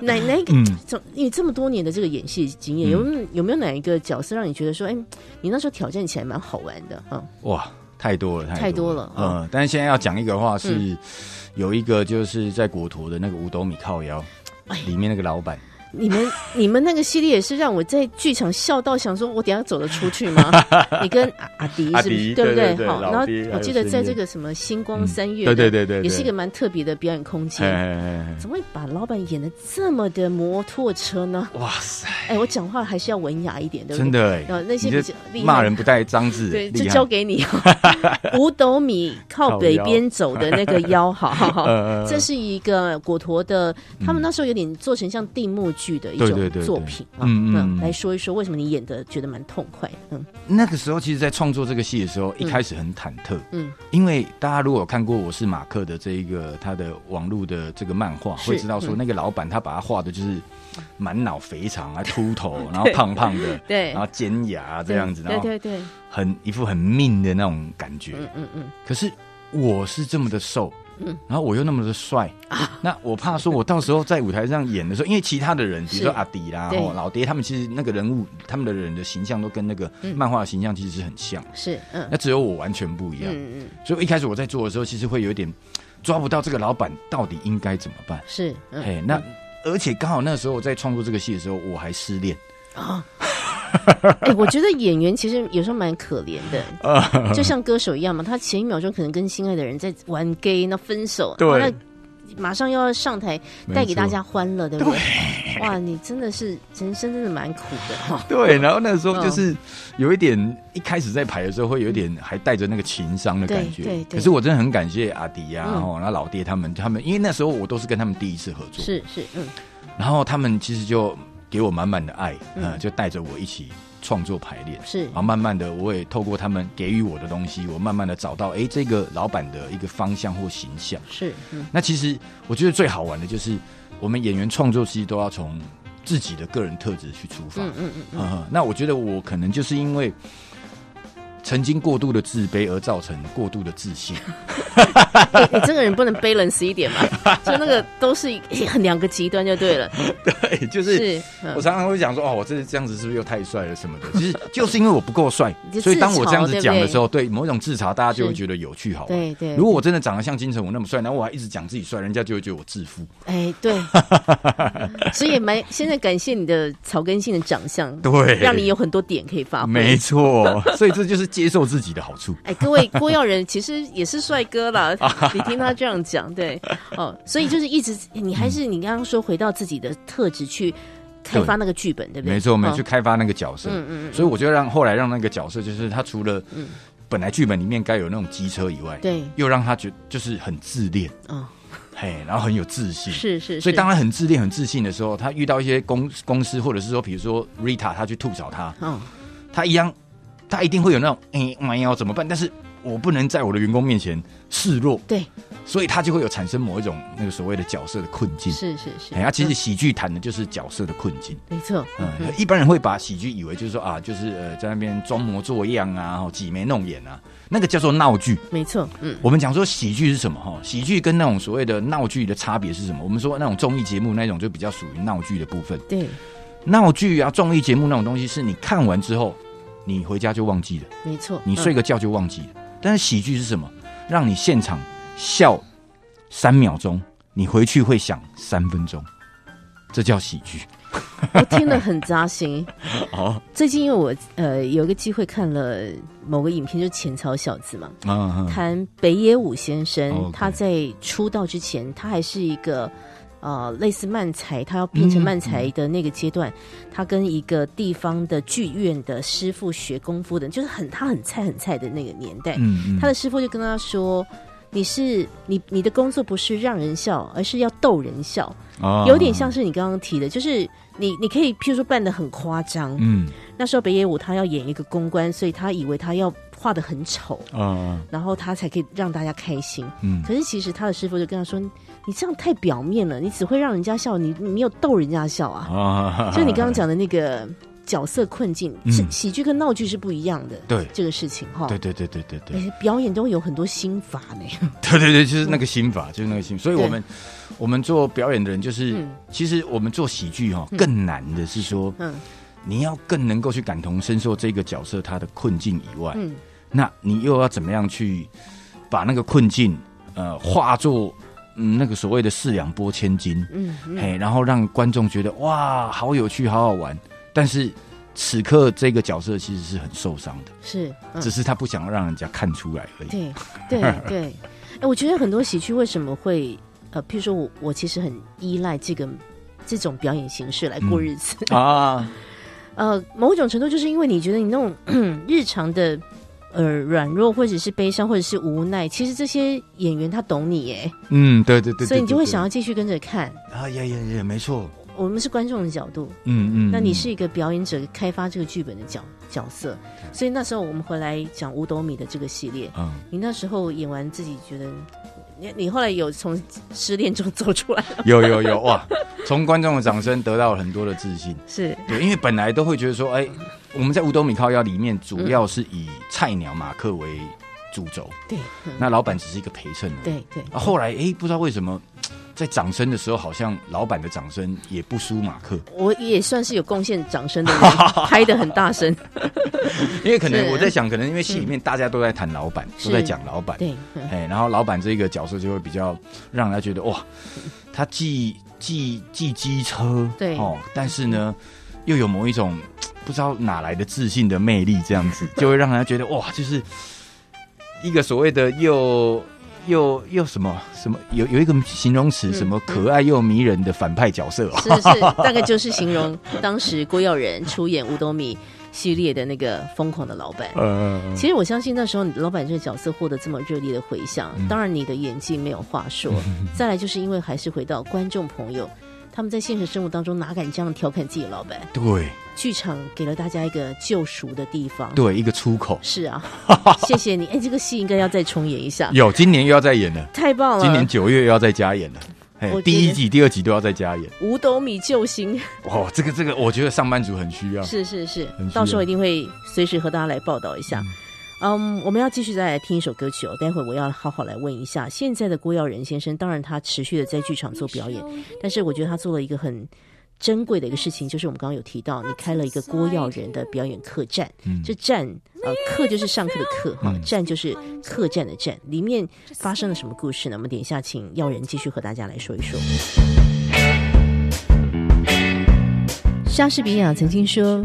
Speaker 3: 哪哪一个
Speaker 4: 嗯？
Speaker 3: 怎你这么多年的这个演戏经验，有没有有没有哪一个角色让你觉得说，哎，你那时候挑战起来蛮好玩的？嗯，
Speaker 4: 哇，太多了，
Speaker 3: 太多了哦嗯
Speaker 4: 嗯，但是现在要讲一个的话是有一个就是在国图的那个五斗米靠腰
Speaker 3: 哎
Speaker 4: 里面那个老板，
Speaker 3: 你们 [laughs] 你们那个系列也是让我在剧场笑到想说，我等一下走得出去
Speaker 5: [laughs]
Speaker 3: 吗？你跟阿阿迪
Speaker 5: 阿
Speaker 3: 是不
Speaker 5: 迪
Speaker 3: 是对不
Speaker 5: 对对对
Speaker 3: 好，
Speaker 5: 老
Speaker 3: 然后
Speaker 5: 迪还
Speaker 3: 我
Speaker 5: 有
Speaker 3: 记得
Speaker 5: 孙
Speaker 3: 在
Speaker 5: 燕
Speaker 3: 这个什么星光
Speaker 4: 嗯
Speaker 3: 三月，
Speaker 5: 对对对对，
Speaker 3: 也是一
Speaker 5: 对
Speaker 3: 个蛮特别的表演空
Speaker 5: 哎
Speaker 3: 间。
Speaker 5: 哎哎
Speaker 3: 怎么会把老板演的这么的摩托车呢？
Speaker 5: 哎哇塞，
Speaker 3: 哎、我讲话还是要文雅一点，对不对？
Speaker 4: 真的哎、
Speaker 3: 然后那些
Speaker 4: 你
Speaker 3: 比
Speaker 4: 这
Speaker 3: 较厉害
Speaker 4: 骂人不带脏字，
Speaker 3: 对，就
Speaker 4: 厉害
Speaker 3: 交给你哦。
Speaker 4: [laughs]
Speaker 3: 五斗米靠北边走的那个腰，好好 [laughs] 好，
Speaker 4: 嗯
Speaker 3: 这是一个果陀的，他们那时候有点做成像定目剧的一
Speaker 4: 对对
Speaker 3: 种
Speaker 4: 对对
Speaker 3: 作品啊。
Speaker 4: 嗯嗯嗯
Speaker 3: 来说一说为什么你演的觉得蛮痛快？嗯
Speaker 4: 那个时候，其实，在创作这个戏的时候，一开始很忐忑，
Speaker 3: 嗯，
Speaker 4: 因为大家如果有看过我是马克的这一个他的网络的这个漫画，
Speaker 3: 是
Speaker 4: 会知道说
Speaker 3: 嗯
Speaker 4: 那个老板他把他画的就是满脑肥肠
Speaker 3: [laughs]
Speaker 4: 啊、秃头，然后胖胖的，
Speaker 3: 对
Speaker 4: 然后尖牙这样子，哦然
Speaker 3: 对
Speaker 4: 后
Speaker 3: 对对，
Speaker 4: 很一副很命的那种感觉。
Speaker 3: 嗯嗯嗯，
Speaker 4: 可是我是这么的瘦，然后我又那么的帅，
Speaker 3: 啊
Speaker 4: 那我怕说我到时候在舞台上演的
Speaker 3: [laughs]
Speaker 4: 时候，因为其他的人，比如说
Speaker 3: 是
Speaker 4: 阿迪啦、
Speaker 3: 对
Speaker 4: 哦老爹他们，其实那个人物他们的人的形象都跟那个漫画的形象其实是很像，
Speaker 3: 是嗯
Speaker 4: 那只有我完全不一样。
Speaker 3: 嗯嗯
Speaker 4: 所以一开始我在做的时候，其实会有点抓不到这个老板到底应该怎么办。
Speaker 3: 是嗯
Speaker 4: 嘿，那而且刚好那时候我在创作这个戏的时候，我还失恋。
Speaker 3: 啊。 [laughs] 哎、我觉得演员其实有时候蛮可怜
Speaker 4: [laughs]
Speaker 3: 的，就像歌手一样嘛，他前一秒钟可能跟心爱的人在玩 gay，那分手，
Speaker 4: 对
Speaker 3: 然后那马上又要上台带给大家欢乐，对不对？哇，你真的是人生真的蛮苦的
Speaker 4: [laughs]
Speaker 3: 哈、
Speaker 4: 对，然后那时候
Speaker 3: 嗯
Speaker 4: 就是有一点，一开始在排的时候会有点还带着那个情商的感觉。
Speaker 3: 对对对
Speaker 4: 可是我真的很感谢阿迪呀、
Speaker 3: 嗯
Speaker 4: 然后、然后老爹他们，他们因为那时候我都是跟他们第一次合作，
Speaker 3: 是是，嗯，
Speaker 4: 然后他们其实就给我满满的爱，嗯、就带着我一起创作排练。
Speaker 3: 是
Speaker 4: 然后慢慢的，我也透过他们给予我的东西，我慢慢的找到，哎，这个老板的一个方向或形象。
Speaker 3: 是，嗯，
Speaker 4: 那其实我觉得最好玩的就是，我们演员创作其实都要从自己的个人特质去出发。
Speaker 3: 嗯嗯嗯嗯，
Speaker 4: 嗯，那我觉得我可能就是因为曾经过度的自卑而造成过度的自
Speaker 3: [laughs]
Speaker 4: 信。
Speaker 3: 哎你这个人不能 balance 一点嘛，就
Speaker 4: [laughs]
Speaker 3: 那个都是一两个极端就对了，
Speaker 4: 对，就是
Speaker 3: 是，
Speaker 4: 我
Speaker 3: 嗯，
Speaker 4: 常常会讲说，哦，我这这样子是不是又太帅了什么的？其实就是因为我不够帅
Speaker 3: 你就，
Speaker 4: 所以当我这样
Speaker 3: 自
Speaker 4: 子
Speaker 3: 嘲
Speaker 4: 讲的时候，对某种自嘲，大家就会觉得有趣好玩。
Speaker 3: 对对，
Speaker 4: 如果我真的长得像金城武那么帅，然后我还一直讲自己帅，人家就会觉得我自负。
Speaker 3: 哎，
Speaker 4: [laughs]
Speaker 3: 对，所以也蛮现在感谢你的草根性的长相，
Speaker 4: 对
Speaker 3: 让你有很多点可以发挥。
Speaker 4: 没错， [laughs] 所以这就是接受自己的好处。
Speaker 3: 哎，各位郭耀仁其实也是帅哥啦， [laughs] 你听他这样讲，对哦，所以就是一直你还
Speaker 4: 嗯
Speaker 3: 是你刚刚说回到自己的特质去开发那个剧本，对不对？
Speaker 4: 没错，没
Speaker 3: 哦
Speaker 4: 错，去开发那个角色。
Speaker 3: 嗯嗯嗯
Speaker 4: 所以我就让后来让那个角色，就是他除了本来剧本里面该有那种机车以外，
Speaker 3: 对
Speaker 4: 又让他觉就是很自恋，
Speaker 3: 哦，
Speaker 4: 嘿，然后很有自信。
Speaker 3: 是是，
Speaker 4: 嗯所以
Speaker 3: 是
Speaker 4: 当他很自恋、很自信的时候，他遇到一些公公司，或者是说，比如说 Rita，他去吐槽他，
Speaker 3: 哦，
Speaker 4: 他一样，他一定会有那种哎，弯、腰怎么办？但是我不能在我的员工面前示弱，
Speaker 3: 对，
Speaker 4: 所以他就会有产生某一种那个所谓的角色的困境。
Speaker 3: 是是是，
Speaker 4: 哎，他其实
Speaker 3: 嗯
Speaker 4: 喜剧谈的就是角色的困境。
Speaker 3: 没错，嗯
Speaker 4: 嗯，一般人会把喜剧以为就是说啊，就是呃在那边装模作样啊，哦挤眉弄眼啊，那个叫做闹剧。
Speaker 3: 没错，嗯，
Speaker 4: 我们讲说喜剧是什么哈？喜剧跟那种所谓的闹剧的差别是什么？我们说那种综艺节目那种就比较属于闹剧的部分。
Speaker 3: 对，
Speaker 4: 闹剧啊，综艺节目那种东西是你看完之后，你回家就忘记了，
Speaker 3: 没错，
Speaker 4: 你
Speaker 3: 嗯
Speaker 4: 睡个觉就忘记了。但是喜剧是什么？让你现场笑三秒钟，你回去会想三分钟，这叫喜剧。
Speaker 3: 我听了很扎
Speaker 4: [laughs]
Speaker 3: 心。哦，最近因为我呃有一个机会看了某个影片，就是《浅草小子》嘛，
Speaker 4: 啊、嗯，
Speaker 3: 谈北野武先生，
Speaker 4: 哦 OK
Speaker 3: 他在出道之前，他还是一个。呃，类似漫才，他要变
Speaker 4: 嗯
Speaker 3: 成漫才的那个阶段，他跟一个地方的剧院的师傅学功夫的，就是很他很菜很菜的那个年代。
Speaker 4: 嗯嗯
Speaker 3: 他的师傅就跟他说：“你是你你的工作不是让人笑，而是要逗人笑。”
Speaker 4: 哦
Speaker 3: 有点像是你刚刚提的，就是你你可以譬如说扮的很夸张。
Speaker 4: 嗯
Speaker 3: 那时候北野武他要演一个公关，所以他以为他要画的很丑，
Speaker 4: 啊
Speaker 3: 然后他才可以让大家开心。
Speaker 4: 嗯
Speaker 3: 可是其实他的师傅就跟他说：“你这样太表面了，你只会让人家笑，你你没有逗人家笑啊。
Speaker 4: 啊
Speaker 3: 就你刚刚讲的那个角色困境，
Speaker 4: 嗯
Speaker 3: 是喜剧跟闹剧是不一样的。
Speaker 4: 对
Speaker 3: 这个事情哈，
Speaker 4: 对对对对对对
Speaker 3: 哎表演都会有很多心法
Speaker 4: [laughs]
Speaker 3: 呢。
Speaker 4: 对对对，就是那个心法，就是那个心。所以
Speaker 3: 对
Speaker 4: 我们我们做表演的人，就是、
Speaker 3: 嗯
Speaker 4: 其实我们做喜剧哈、更难的是说，
Speaker 3: 嗯
Speaker 4: 你要更能够去感同身受这个角色他的困境以外，
Speaker 3: 嗯，
Speaker 4: 那你又要怎么样去把那个困境呃化作嗯那个所谓的四两拨千斤，
Speaker 3: 嗯嗯
Speaker 4: 嘿，然后让观众觉得哇，好有趣，好好玩。但是此刻这个角色其实是很受伤的，
Speaker 3: 是，嗯
Speaker 4: 只是他不想让人家看出来而已。
Speaker 3: 对
Speaker 4: [laughs]
Speaker 3: 对对，哎，我觉得很多喜剧为什么会呃，譬如说我我其实很依赖这个这种表演形式来过
Speaker 4: 嗯
Speaker 3: 日子，
Speaker 4: 啊，
Speaker 3: 呃，某种程度就是因为你觉得你那种 [clears throat] 日常的呃软弱，或者是悲伤，或者是无奈，其实这些演员他懂你耶，
Speaker 4: 嗯，对对对，
Speaker 3: 所以你就会想要
Speaker 4: 要
Speaker 3: 继续跟着看。
Speaker 4: 啊，也也也没错，
Speaker 3: 我们是观众的角度，
Speaker 4: 嗯嗯，
Speaker 3: 那你
Speaker 4: 嗯
Speaker 3: 是一个表演者开发这个剧本的角角色，所以那时候我们回来讲五斗米的这个系列，
Speaker 4: 嗯，
Speaker 3: 你那时候演完自己觉得，嗯你你后来有从失恋中走出来
Speaker 4: [laughs] [laughs]
Speaker 3: 了，
Speaker 4: 有有有哇，从观众的掌声得到了很多的自信。
Speaker 3: 是
Speaker 4: 对，因为本来都会觉得说，哎、我们在五斗米靠腰里面主
Speaker 3: 嗯
Speaker 4: 要是以菜鸟马克为主轴，
Speaker 3: 对，嗯
Speaker 4: 那老板只是一个陪衬而已。
Speaker 3: 对对
Speaker 4: 啊、后来哎、不知道为什么，在掌声的时候，好像老板的掌声也不输马克，
Speaker 3: 我也算是有贡献掌声的
Speaker 4: [laughs]
Speaker 3: 人，拍的很大声，
Speaker 4: 因为可能
Speaker 3: 是嗯
Speaker 4: 我在想，可能因为戏里面大家都在谈老板，
Speaker 3: 是
Speaker 4: 都在讲老板，
Speaker 3: 对，嗯
Speaker 4: 哎、然后老板这个角色就会比较让人家觉得哇，他既既既机车，
Speaker 3: 对
Speaker 4: 哦，但是呢，又有某一种嘖不知道哪来的自信的魅力，这样子就会让人家觉得哇，就是一个所谓的又又又什么什么，有有一个形容词，
Speaker 3: 嗯
Speaker 4: 什么可爱又迷人的反派角色、哦，
Speaker 3: 是是，大概就是形容当时郭耀仁出演五斗米系列的那个疯狂的老板。
Speaker 4: 呃，
Speaker 3: 其实我相信那时候你老板这个角色获得这么热烈的回响，
Speaker 4: 嗯
Speaker 3: 当然你的演技没有话说。 [laughs] 再来就是因为还是回到观众朋友，他们在现实生活当中哪敢这样调侃自己的老板？
Speaker 4: 对
Speaker 3: 剧场给了大家一个救赎的地方。
Speaker 4: 对，一个出口，
Speaker 3: 是
Speaker 4: [laughs]
Speaker 3: 啊，谢谢你。哎，这个戏应该要再重演一下，
Speaker 4: 有今年又要再演了，
Speaker 3: 太棒了！
Speaker 4: 今年九月又要再加演了。哎
Speaker 3: 嗯我觉得
Speaker 4: 第一集、第二集都要再加演
Speaker 3: 五斗米救星，
Speaker 4: 哦，这个这个，我觉得上班族很需要。
Speaker 3: 是是是
Speaker 4: 很，需
Speaker 3: 到时候
Speaker 4: 要
Speaker 3: 一定会随时和大家来报道一下。嗯我们要继续再来听一首歌曲哦。待会我要好好来问一下，现在的郭耀仁先生，当然他持续的在剧场做表演，但是我觉得他做了一个很珍贵的一个事情，就是我们刚刚有提到，你开了一个郭耀仁的表演客栈。
Speaker 4: 嗯
Speaker 3: 这站呃，客就是上课的课哈，
Speaker 4: 嗯
Speaker 3: 站就是客栈的站。里面发生了什么故事呢？我们等一下请耀仁继续和大家来说一说。莎士比亚曾经说，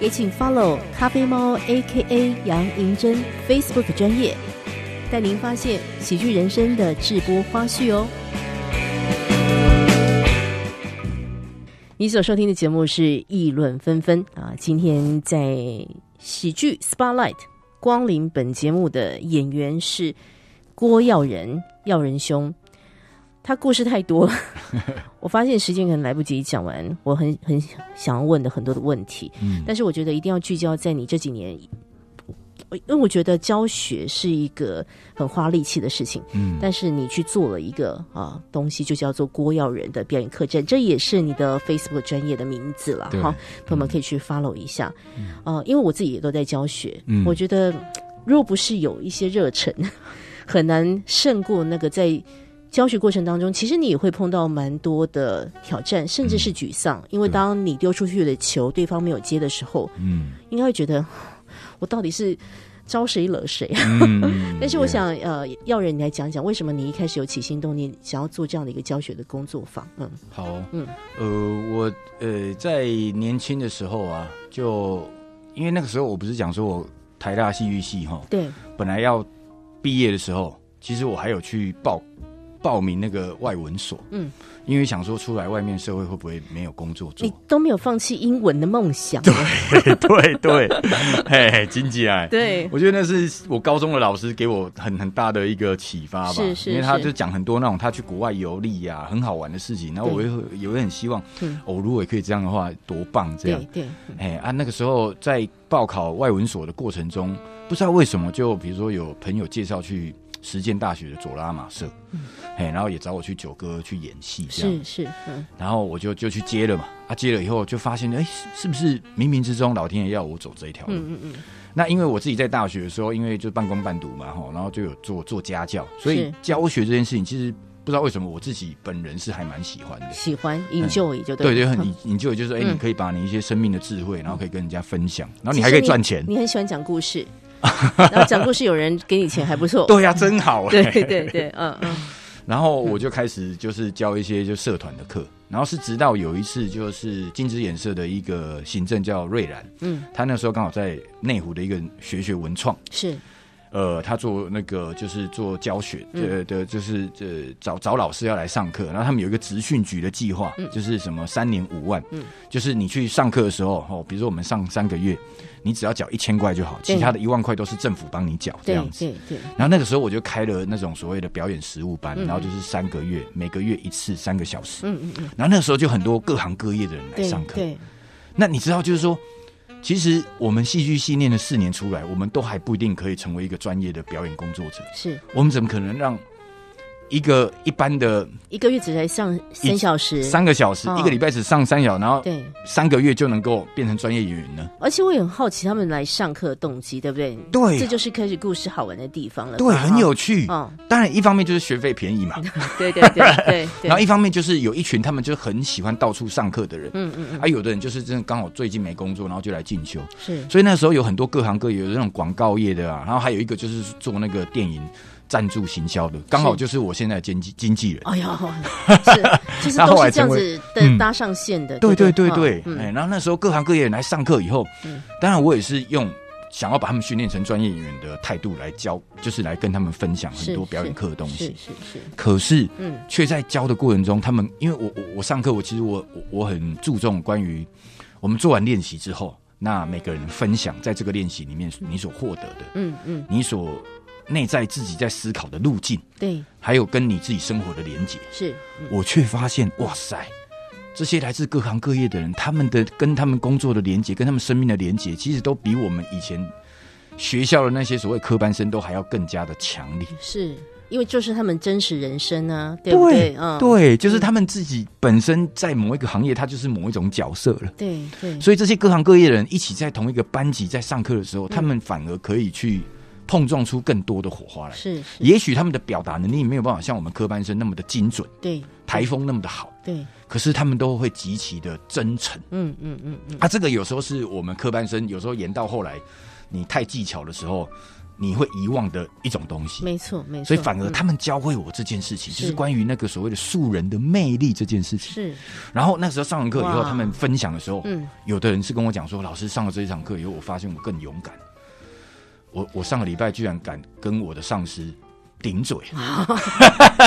Speaker 3: 也请 follow 咖啡猫 A.K.A 杨银珍 Facebook 专业，带您发现喜剧人生的直播花絮哦。你所收听的节目是《议论纷纷》啊，今天在喜剧 Spotlight 光临本节目的演员是郭耀仁，耀仁兄。他故事太多了，我发现时间可能来不及讲完，我很很想要问的很多的问题，
Speaker 4: 嗯
Speaker 3: 但是我觉得一定要聚焦在你这几年，我因为我觉得教学是一个很花力气的事情，
Speaker 4: 嗯
Speaker 3: 但是你去做了一个啊东西，就叫做郭耀仁的表演课程，这也是你的 Facebook 专业的名字了
Speaker 4: 对嗯
Speaker 3: 哈，朋友们可以去 follow 一下。呃，因为我自己也都在教学，
Speaker 4: 嗯
Speaker 3: 我觉得若不是有一些热忱， [laughs] 很难胜过那个在。教学过程当中，其实你也会碰到蛮多的挑战，甚至是沮丧，因
Speaker 4: 嗯
Speaker 3: 为
Speaker 4: 对
Speaker 3: 当你丢出去的球对方没有接的时候， [laughs]
Speaker 4: 嗯
Speaker 3: 应该会觉得 [sighs] 我到底是招谁惹谁啊？
Speaker 4: 嗯
Speaker 3: [laughs] 但是我想，呃，耀仁，你来讲讲，为什么你一开始有起心动念，想要做这样的一个教学的工作坊？嗯，
Speaker 4: 好、哦，
Speaker 3: 嗯
Speaker 4: 嗯，呃，我呃在年轻的时候啊，就因为那个时候我不是讲说我台大戏剧系哈，
Speaker 3: 对，
Speaker 4: 本来要毕业的时候，其实我还有去报报名那个外文所，
Speaker 3: 嗯
Speaker 4: 嗯，因为想说出来外面社会会不会没有工作做
Speaker 3: 你， [laughs] 都没有放弃英文的梦想，对
Speaker 4: 对 [laughs] 对，嘿嘿，经济哎。
Speaker 3: 对
Speaker 4: [laughs] 我觉得那是我高中的老师给我很很大的一个启发吧，
Speaker 3: 是是
Speaker 4: 因为他
Speaker 3: 是
Speaker 4: 就讲很多那种他去国外游历呀、很好玩的事情，然后我
Speaker 3: 对
Speaker 4: 也会也会很希望，
Speaker 3: 嗯
Speaker 4: 哦，如果也可以这样的话，多棒这样
Speaker 3: 对。对，
Speaker 4: 哎啊，那个时候在报考外文所的过程中，不知道为什么就比如说有朋友介绍去实践大学的左拉玛社，嘿，然后也找我去九歌去演戏，这样
Speaker 3: 嗯是是，嗯，
Speaker 4: 然后我就就去接了嘛，啊，接了以后就发现，哎，是是不是冥冥之中老天爷要我走这一条路？嗯嗯嗯。那因为我自己在大学的时候，因为就半工半读嘛，吼，然后就有做做家教，所以
Speaker 3: 是
Speaker 4: 教学这件事情，其实不知道为什么我自己本人是还蛮喜欢的。
Speaker 3: 喜欢 enjoy 就
Speaker 4: 对
Speaker 3: 对
Speaker 4: 对，
Speaker 3: 了，
Speaker 4: 很你你就就是哎，
Speaker 3: 嗯
Speaker 4: 你可以把你一些生命的智慧，然后可以跟人家分享，然后
Speaker 3: 其
Speaker 4: 你
Speaker 3: 实
Speaker 4: 还可以赚钱。
Speaker 3: 你很喜欢讲故事，然后讲故事有人给你钱还不错，
Speaker 4: [laughs] 对呀、真好、哎。
Speaker 3: 对对对，嗯嗯，
Speaker 4: 然后我就开始就是教一些就社团的
Speaker 3: 嗯
Speaker 4: 课，然后是直到有一次就是金枝演社的一个行政叫瑞兰，
Speaker 3: 嗯，
Speaker 4: 他那时候刚好在内湖的一个学学文创，
Speaker 3: [laughs] 是
Speaker 4: 呃，他做那个就是做教学，
Speaker 3: 嗯
Speaker 4: 呃的，就是呃找找老师要来上课，然后他们有一个职训局的计划，就是什么三年五万，
Speaker 3: 嗯
Speaker 4: 就是你去上课的时候，哦，比如说我们上三个月，你只要缴一千块就好，
Speaker 3: 对
Speaker 4: 其他的一万块都是政府帮你缴这
Speaker 3: 对
Speaker 4: 样子。
Speaker 3: 对对，
Speaker 4: 然后那个时候我就开了那种所谓的表演实务班，
Speaker 3: 嗯
Speaker 4: 然后就是三个月，每个月一次三个小时。
Speaker 3: 嗯嗯嗯，
Speaker 4: 然后那时候就很多各行各业的人来
Speaker 3: 对
Speaker 4: 上课。
Speaker 3: 对，
Speaker 4: 那你知道，就是说，其实我们戏剧系念了四年出来，我们都还不一定可以成为一个专业的表演工作者。
Speaker 3: 是
Speaker 4: 我们怎么可能让一个一般的
Speaker 3: 一个月只才上三小时，
Speaker 4: 三个小时，
Speaker 3: 哦
Speaker 4: 一个礼拜只上三小时，然后
Speaker 3: 对，
Speaker 4: 三个月就能够变成专业演员呢？
Speaker 3: 而且我也很好奇他们来上课的动机，对不对？
Speaker 4: 对
Speaker 3: 这就是开始故事好玩的地方了，
Speaker 4: 对，很有趣。
Speaker 3: 趣，哦，
Speaker 4: 当然，一方面就是学费便宜嘛，
Speaker 3: [laughs] 对对
Speaker 4: [laughs]
Speaker 3: 对对对，
Speaker 4: 然后一方面就是有一群他们就很喜欢到处上课的人，
Speaker 3: 嗯嗯嗯，
Speaker 4: 啊，有的人就是真的刚好最近没工作，然后就来进修。
Speaker 3: 是
Speaker 4: 所以那时候有很多各行各业，有那种广告业的啊，然后还有一个就是做那个电影赞助行销的，刚好就是我现在的经纪经纪人。
Speaker 3: 哎
Speaker 4: [laughs]
Speaker 3: 呀，是，其实都是这样子的
Speaker 4: 嗯
Speaker 3: 搭上线的。
Speaker 4: 对
Speaker 3: 对
Speaker 4: 对
Speaker 3: 不
Speaker 4: 对对，哎、
Speaker 3: 嗯嗯，
Speaker 4: 然后那时候各行各业人来上课以后，
Speaker 3: 嗯
Speaker 4: 当然我也是用想要把他们训练成专业演员的态度来教，就是来跟他们分享很多
Speaker 3: 是
Speaker 4: 表演课的哎东
Speaker 3: 嗯是
Speaker 4: 西。
Speaker 3: 是是，
Speaker 4: 可是
Speaker 3: 嗯，
Speaker 4: 却在教的过程中，他们因为我我我上课，我其实我我我很注重关于我们做完练习之后，那每个人分享在这个练习里面你所获得的，
Speaker 3: 嗯嗯，
Speaker 4: 你所内在自己在思考的路径，
Speaker 3: 对，
Speaker 4: 还有跟你自己生活的连接，
Speaker 3: 是，嗯
Speaker 4: 我却发现，哇塞，这些来自各行各业的人，他们的跟他们工作的连接，跟他们生命的连接，其实都比我们以前学校的那些所谓科班生都还要更加的强烈。
Speaker 3: 是因为就是他们真实人生啊，对不对？嗯，
Speaker 4: 对，就是他们自己本身在某一个行业，他就是某一种角色了。
Speaker 3: 对对，
Speaker 4: 所以这些各行各业的人一起在同一个班级在上课的
Speaker 3: 嗯
Speaker 4: 时候，他们反而可以去碰撞出更多的火花来。
Speaker 3: 是是，
Speaker 4: 也许他们的表达能力没有办法像我们科班生那么的精准，
Speaker 3: 对
Speaker 4: 台风那么的好，
Speaker 3: 对，
Speaker 4: 可是他们都会极其的真诚。
Speaker 3: 嗯嗯嗯嗯，
Speaker 4: 啊，这个有时候是我们科班生，有时候演到后来，你太技巧的时候，你会遗忘的一种东西。
Speaker 3: 没错没错。
Speaker 4: 所以反而
Speaker 3: 嗯
Speaker 4: 他们教会我这件事情，
Speaker 3: 是
Speaker 4: 就是关于那个所谓的素人的魅力这件事情。
Speaker 3: 是
Speaker 4: 然后那时候上完课以后，
Speaker 3: 哇
Speaker 4: 他们分享的时候，
Speaker 3: 嗯
Speaker 4: 有的人是跟我讲说，老师上了这一堂课以后，我发现我更勇敢。我我上个礼拜居然敢跟我的上司顶嘴，
Speaker 3: 嗯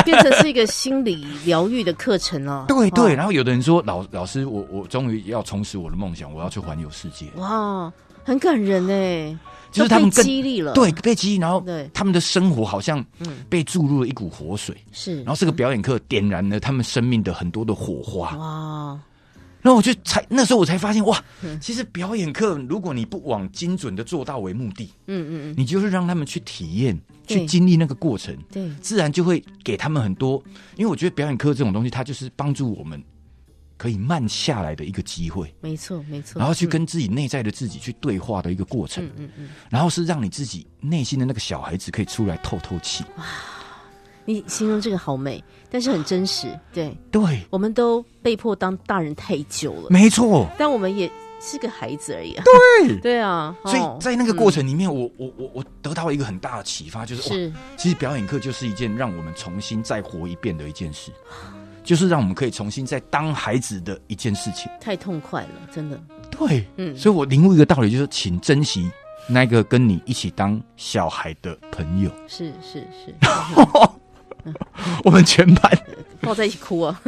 Speaker 3: 变成是一个心理疗愈的课程了。
Speaker 4: 对对。
Speaker 3: 哦，
Speaker 4: 然后有的人说，老老师，我我终于要重拾我的梦想，我要去环游世界。
Speaker 3: 哇，很感人哎，
Speaker 4: 就是他们
Speaker 3: 都被
Speaker 4: 更
Speaker 3: 激励了，
Speaker 4: 对，被激励，然后
Speaker 3: 对嗯
Speaker 4: 他们的生活好像被注入了一股活水，
Speaker 3: 是，
Speaker 4: 然后这个表演课点燃了他们生命的很多的火花。
Speaker 3: 哇，
Speaker 4: 然后我就才那时候我才发现，哇，
Speaker 3: 嗯
Speaker 4: 其实表演课如果你不往精准的做到为目的，
Speaker 3: 嗯嗯嗯，
Speaker 4: 你就是让他们去体验、
Speaker 3: 对
Speaker 4: 去经历那个过程，
Speaker 3: 对，
Speaker 4: 自然就会给他们很多。因为我觉得表演课这种东西，它就是帮助我们可以慢下来的一个机会。
Speaker 3: 没错没错。
Speaker 4: 然后去
Speaker 3: 嗯
Speaker 4: 跟自己内在的自己去对话的一个过程，
Speaker 3: 嗯嗯，
Speaker 4: 然后是让你自己内心的那个小孩子可以出来透透气。
Speaker 3: 啊你形容这个好美，但是很真实。对，
Speaker 4: 对，
Speaker 3: 我们都被迫当大人太久了，
Speaker 4: 没错。
Speaker 3: 但我们也是个孩子而已。对，对啊。
Speaker 4: 所
Speaker 3: 哦
Speaker 4: 以在那个过程里面，我我我我得到一个很大的启发，就是哇，
Speaker 3: 是
Speaker 4: 其实表演课就是一件让我们重新再活一遍的一件事，就是让我们可以重新再当孩子的一件事情。
Speaker 3: 太痛快了，真的。
Speaker 4: 对，
Speaker 3: 嗯，
Speaker 4: 所以我领悟一个道理，就是请珍惜那个跟你一起当小孩的朋友。
Speaker 3: 是是是，
Speaker 4: [laughs] 我们全班
Speaker 3: 抱在一起哭啊，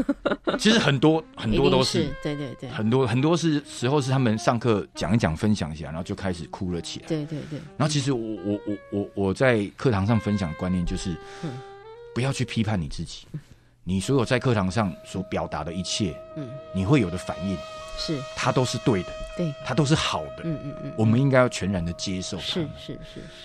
Speaker 4: 其实很多很
Speaker 3: 一
Speaker 4: 多
Speaker 3: 定
Speaker 4: 都
Speaker 3: 是
Speaker 4: 是。
Speaker 3: 对对对
Speaker 4: 很多很多是时候是他们上课讲一讲分享一下，然后就开始哭了起来。
Speaker 3: 对对对，
Speaker 4: 然后其实我我我我我在课堂上分享的观念就是
Speaker 3: 嗯，
Speaker 4: 不要去批判你自己，你所有在课堂上所表达的一切，
Speaker 3: 嗯，
Speaker 4: 你会有的反应，
Speaker 3: 是
Speaker 4: 它都是对的。
Speaker 3: 对，
Speaker 4: 它都是好的，
Speaker 3: 嗯嗯嗯，
Speaker 4: 我们应该要全然的接受它。
Speaker 3: 是是是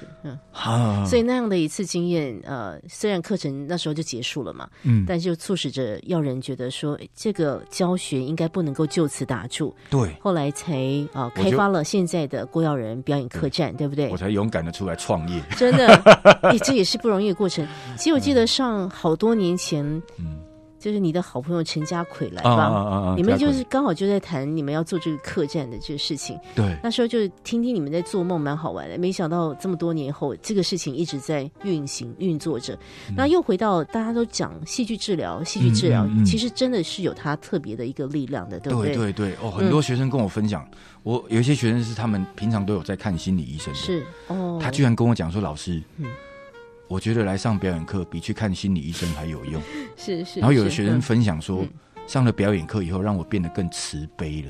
Speaker 3: 是，嗯。
Speaker 4: 啊，
Speaker 3: 所以那样的一次经验，呃，虽然课程那时候就结束了嘛，
Speaker 4: 嗯，
Speaker 3: 但就促使着要人觉得说，诶这个教学应该不能够就此打住。
Speaker 4: 对，
Speaker 3: 后来才啊、呃
Speaker 4: 我
Speaker 3: 开
Speaker 4: 就嗯
Speaker 3: 发了现在的郭耀仁表演客栈，对不对
Speaker 4: 我？才勇敢的出来创
Speaker 3: [laughs]
Speaker 4: 业。
Speaker 3: 真的， [laughs] 哎，这也是不容易的过程。其实我记得上好多年前，
Speaker 4: 嗯，
Speaker 3: 就是你的好朋友陈家奎来
Speaker 4: 啊
Speaker 3: 吧，
Speaker 4: 啊啊啊！
Speaker 3: 你们就
Speaker 4: 嘉
Speaker 3: 是刚好就在谈你们要做这个客栈的这个事情。
Speaker 4: 坤对，
Speaker 3: 那时候就是听听你们在做梦，蛮好玩的。没想到这么多年后，这个事情一直在运行运作着。
Speaker 4: 嗯
Speaker 3: 那又回到大家都讲戏剧治疗，戏剧治疗、
Speaker 4: 嗯嗯嗯
Speaker 3: 其实真的是有它特别的一个力量的，对不嗯
Speaker 4: 对
Speaker 3: 对
Speaker 4: 对对，哦，很多学生跟我分享，我有一些学生是他们平常都有在看心理医生的，
Speaker 3: 是哦，
Speaker 4: 他居然跟我讲说，老师，
Speaker 3: 嗯
Speaker 4: 我觉得来上表演课比去看心理医生还有用。
Speaker 3: 是是。
Speaker 4: 然后有的
Speaker 3: 是
Speaker 4: 学生
Speaker 3: 嗯
Speaker 4: 分享说
Speaker 3: 嗯，
Speaker 4: 上了表演课以后，让我变得更慈悲了，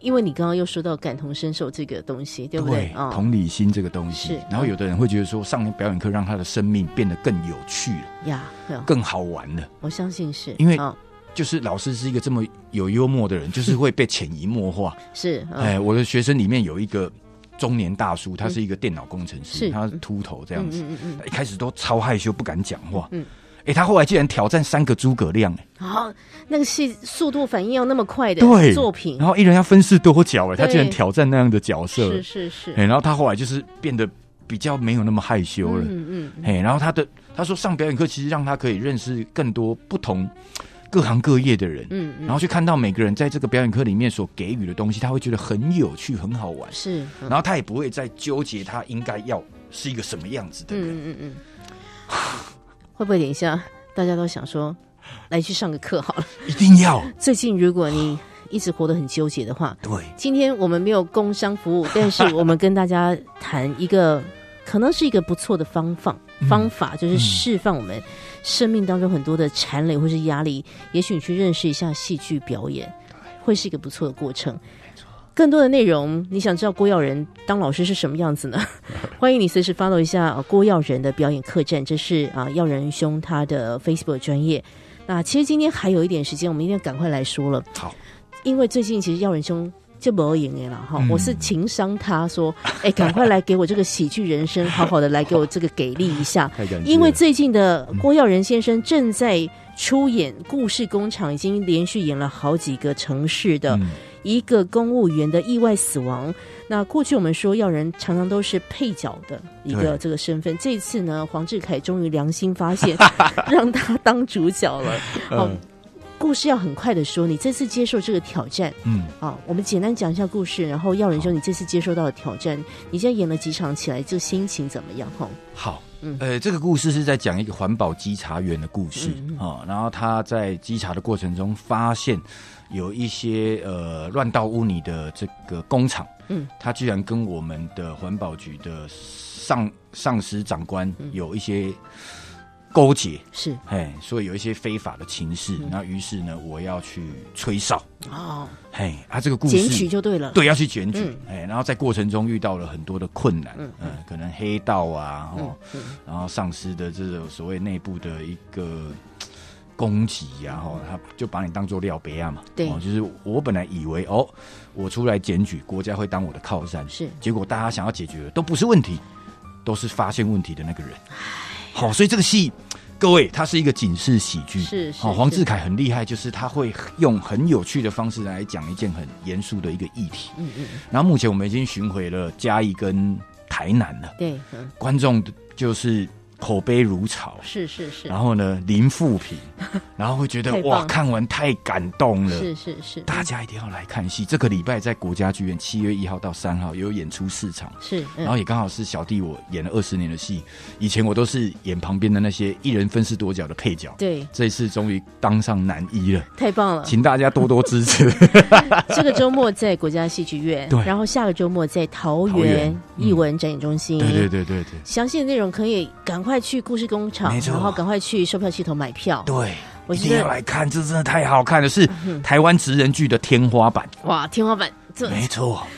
Speaker 3: 因为你刚刚又说到感同身受这个东西，对不对？啊、
Speaker 4: 同理心这个东
Speaker 3: 是嗯
Speaker 4: 西。然后有的人会觉得说，上了表演课让他的生命变得更有趣了，
Speaker 3: 呀，嗯
Speaker 4: 更好玩了。
Speaker 3: 我相信是，
Speaker 4: 因为
Speaker 3: 啊、
Speaker 4: 就是老师是一个这么有幽默的人，就是会被潜移默化。
Speaker 3: 是， [laughs] 嗯
Speaker 4: 哎，我的学生里面有一个中年大叔，他是一个电脑工程师，
Speaker 3: 是
Speaker 4: 他秃头这样子，
Speaker 3: 嗯嗯嗯
Speaker 4: 他一开始都超害羞，不敢讲话。
Speaker 3: 嗯
Speaker 4: 哎，他后来竟然挑战三个诸葛亮，哎
Speaker 3: 嗯，好，那个戏速度反应要那么快的
Speaker 4: 对
Speaker 3: 作品
Speaker 4: 然，后一人要分饰多角，哎，他
Speaker 3: 对
Speaker 4: 竟然挑战那样的角色
Speaker 3: 是，是是，
Speaker 4: 哎，然后他后来就是变得比较没有那么害羞了，
Speaker 3: 嗯嗯，
Speaker 4: 哎，然后他的他说上表演课其实让他可以认识更多不同各行各业的人，
Speaker 3: 嗯嗯，
Speaker 4: 然后去看到每个人在这个表演课里面所给予的东西，他会觉得很有趣、很好玩。
Speaker 3: 是，嗯
Speaker 4: 然后他也不会再纠结他应该要是一个什么样子的人。
Speaker 3: 嗯嗯嗯嗯， [laughs] 会不会等一下大家都想说来去上个课好了？
Speaker 4: 一定要
Speaker 3: 最近如果你一直活得很纠结的话，
Speaker 4: 对，
Speaker 3: 今天我们没有工商服务，但是我们跟大家谈一个可能是一个不错的方法，方法就是释放我们生命当中很多的缠累或是压力。也许你去认识一下戏剧表演，会是一个不错的过程。更多的内容，你想知道郭耀仁当老师是什么样子呢？欢迎你随时 follow 一下、呃郭耀仁的表演客栈，这是啊、耀仁兄他的 Facebook 专业。那其实今天还有一点时间，我们一定要赶快来说了。
Speaker 4: 好，
Speaker 3: 因为最近其实耀仁兄就没有赢哎了哈，
Speaker 4: 嗯
Speaker 3: 我是情商
Speaker 4: [laughs]
Speaker 3: 他说，哎，赶快来给我这个喜剧人生，好好的来给我这个给力一下。
Speaker 4: 太感谢了。
Speaker 3: 因为最近的郭耀仁先生正在出演《故事工厂》，已经连续演了好几个城市的
Speaker 4: 嗯
Speaker 3: 一个公务员的意外死亡。那过去我们说耀仁常常都是配角的一个
Speaker 4: 对
Speaker 3: 这个身份，这次呢，黄志凯终于良心发
Speaker 4: [laughs]
Speaker 3: 现，让他当主角了。好，
Speaker 4: 嗯
Speaker 3: 故事要很快的说，你这次接受这个挑战
Speaker 4: 嗯，
Speaker 3: 啊，我们简单讲一下故事，然后耀仁兄，
Speaker 4: 好
Speaker 3: 你这次接受到的挑战，你现在演了几场起来，这个心情怎么样？哈，
Speaker 4: 好
Speaker 3: 嗯。
Speaker 4: 呃，这个故事是在讲一个环保稽查员的故事
Speaker 3: 嗯嗯
Speaker 4: 啊、哦然后他在稽查的过程中发现有一些呃乱倒污泥的这个工厂，
Speaker 3: 嗯，
Speaker 4: 他居然跟我们的环保局的上上司长官
Speaker 3: 嗯
Speaker 4: 有一些勾结，
Speaker 3: 是
Speaker 4: 嘿，所以有一些非法的情势，
Speaker 3: 嗯
Speaker 4: 然后于是呢，我要去吹哨，
Speaker 3: 哦，
Speaker 4: 嘿，啊，这个故事
Speaker 3: 检举就对了。
Speaker 4: 对要去检举
Speaker 3: 嗯，
Speaker 4: 哎、然后在过程中遇到了很多的困难，嗯、可能黑道啊，
Speaker 3: 嗯
Speaker 4: 哦，然后丧失的这种所谓内部的一个嘖攻击呀、啊，哦，他就把你当做廖别亚嘛，
Speaker 3: 对
Speaker 4: 哦，就是我本来以为哦，我出来检举，国家会当我的靠山，
Speaker 3: 是
Speaker 4: 结果大家想要解决的都不是问题，都是发现问题的那个人。好、所以这个戏，各位，它是一个警示喜剧。
Speaker 3: 是是
Speaker 4: 好、哦黄
Speaker 3: 是
Speaker 4: 志凯很厉害，就是他会用很有趣的方式来讲一件很严肃的一个议题。
Speaker 3: 嗯嗯，
Speaker 4: 然后目前我们已经巡回了嘉义跟台南了，
Speaker 3: 对，嗯，
Speaker 4: 观众就是口碑如潮。
Speaker 3: 是是是，
Speaker 4: 然后呢，零负
Speaker 3: [laughs]
Speaker 4: 评，然后会觉得
Speaker 3: 太棒
Speaker 4: 哇，看完太感动了。
Speaker 3: 是是是，
Speaker 4: 大家一定要来看戏。这个礼拜在国家剧院七月一号到三号有演出四场，
Speaker 3: 是，嗯
Speaker 4: 然后也刚好是小弟我演了二十年的戏，以前我都是演旁边的那些一人分饰多角的配角，
Speaker 3: 对，
Speaker 4: 这一次终于当上男一了，
Speaker 3: 太棒了。
Speaker 4: 请大家多多支
Speaker 3: [laughs]
Speaker 4: 持。
Speaker 3: 这个周末在国家戏剧院，
Speaker 4: 对
Speaker 3: 然后下个周末在桃
Speaker 4: 桃
Speaker 3: 园
Speaker 4: 园嗯
Speaker 3: 艺文展演中心，
Speaker 4: 对对对对对
Speaker 3: 详细的内容可以赶快去故事工厂，
Speaker 4: 没错
Speaker 3: 然后赶快去售票系统买票。
Speaker 4: 对，
Speaker 3: 我
Speaker 4: 一
Speaker 3: 觉得嗯
Speaker 4: 定要来看，这真的太好看了，是台湾职人剧的天花板，
Speaker 3: 哇，天花板这
Speaker 4: 没错。
Speaker 3: [laughs]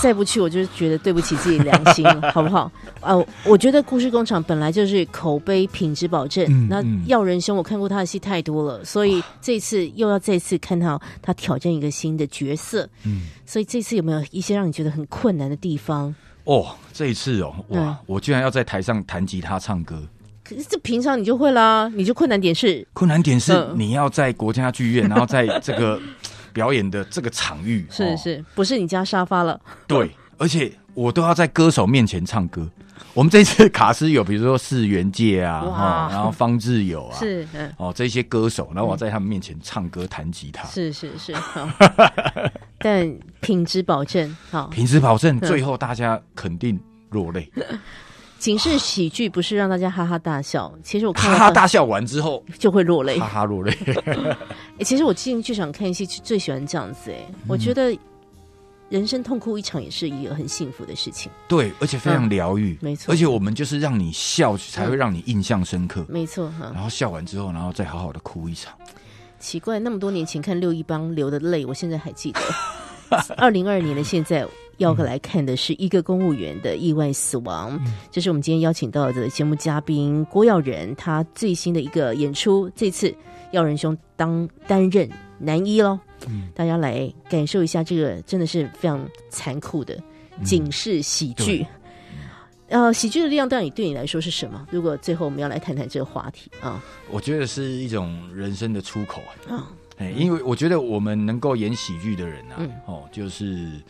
Speaker 3: 再不去我就觉得对不起自己良心，
Speaker 4: [laughs]
Speaker 3: 好不好？呃，我觉得故事工厂本来就是口碑品质保证。
Speaker 4: 嗯
Speaker 3: 那
Speaker 4: 嗯
Speaker 3: 耀仁兄，我看过他的戏太多了，所以这次又要再次看到他挑战一个新的角色。
Speaker 4: 嗯，
Speaker 3: 所以这次有没有一些让你觉得很困难的地方？
Speaker 4: 哦，这一次哦，
Speaker 3: 嗯
Speaker 4: 哇，我居然要在台上弹吉他唱歌。
Speaker 3: 可是这平常你就会啦，你就困难点是
Speaker 4: 困难点是
Speaker 3: 嗯
Speaker 4: 你要在国家剧
Speaker 3: [laughs]
Speaker 4: 院，然后在这个表演的这个场域，
Speaker 3: 是
Speaker 4: 哦
Speaker 3: 是、不是你家沙发了？
Speaker 4: 对，而且我都要在歌手面前唱歌。我们这次卡斯有，比如说四元界啊，
Speaker 3: 哇
Speaker 4: 哈，然后方志友啊，
Speaker 3: 是嗯。
Speaker 4: 哦这些歌手，然后我在他们面前唱歌、弹吉他，
Speaker 3: 是是是，好， [laughs] 但品质保证好。
Speaker 4: 平时保
Speaker 3: 嗯
Speaker 4: 证最后大家肯定落泪，
Speaker 3: 警示喜剧不是让大家哈哈大笑，其实我看
Speaker 4: 哈 [laughs]
Speaker 3: 了
Speaker 4: 哈大笑完之后，
Speaker 3: 就会落泪
Speaker 4: 哈。哈落泪。 [laughs]
Speaker 3: 诶其实我进剧场看戏最喜欢这样子，哎，我觉得人生痛哭一场也是一个很幸福的事情。
Speaker 4: 对，而且非常疗愈，
Speaker 3: 嗯没错
Speaker 4: 而且我们就是让你笑，才会让你印象深刻。
Speaker 3: 没错哈
Speaker 4: 然，后笑完之后，然后再好好的哭一场。
Speaker 3: 奇怪，那么多年前看六一帮流的泪，我现在还记得。 [laughs] 二零二年的现在。要来看的是一个公务员的意外死亡，这是我们今天邀请到的节目嘉宾郭耀仁，他最新的一个演出，这次耀仁兄当担任男一喽，大家来感受一下这个真的是非常残酷的警示喜剧。呃，喜剧的力量到底对你来说是什么？如果最后我们要来谈谈这个话题啊
Speaker 4: 我觉得是一种人生的出口、啊。
Speaker 3: 啊，
Speaker 4: 哎，因为我觉得我们能够演喜剧的人啊，
Speaker 3: 嗯
Speaker 4: 哦，就是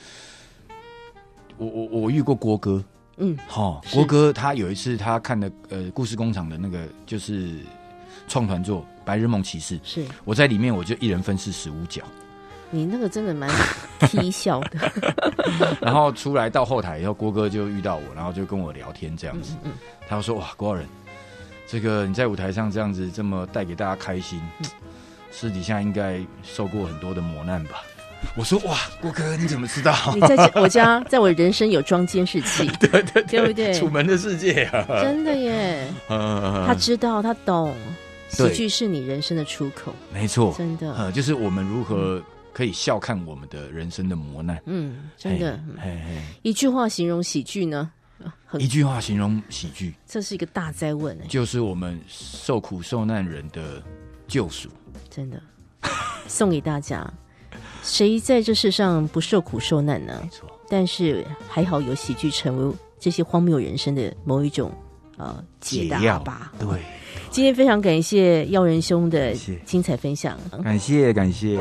Speaker 4: 我我我遇过郭哥，
Speaker 3: 嗯，
Speaker 4: 哦，
Speaker 3: 是
Speaker 4: 郭哥他有一次他看的呃故事工厂的那个就是创团作《白日梦骑士》，
Speaker 3: 是。
Speaker 4: 我在里面我就一人分饰十 [laughs] 五角，
Speaker 3: 你那个真的蛮 [laughs] 踢笑的， [laughs]
Speaker 4: 然后出来到后台以后，郭哥就遇到我，然后就跟我聊天这样子，他就说哇，郭老人，这个你在舞台上这样子这么带给大家开心，私底下应该受过很多的磨难吧？我说哇，郭哥你怎么知道？
Speaker 3: 你在家我家，在我人生有装监视器，对对对，不对？
Speaker 4: 楚门的世界啊，
Speaker 3: 真的耶，
Speaker 4: 呃，
Speaker 3: 他知道，他懂，喜
Speaker 4: 对
Speaker 3: 剧是你人生的出口，
Speaker 4: 没错，
Speaker 3: 真的，
Speaker 4: 呃，就是我们如何可以笑看我们的人生的磨难，
Speaker 3: 嗯，真的，嗯
Speaker 4: 嘿，嘿
Speaker 3: 一句话形容喜剧呢，
Speaker 4: 嘿
Speaker 3: 很
Speaker 4: 一，句话形容喜剧，
Speaker 3: 这是一个大灾问哎，
Speaker 4: 就是我们受苦受难人的救赎。
Speaker 3: 真的，送给大家，谁在这世上不受苦受难呢？
Speaker 4: 错，
Speaker 3: 但是还好有喜剧成为这些荒谬人生的某一种呃解答
Speaker 4: 药
Speaker 3: 吧。
Speaker 4: 对，
Speaker 3: 今天非常感谢耀仁兄的
Speaker 4: 谢谢
Speaker 3: 精彩分享。
Speaker 4: 感谢感谢。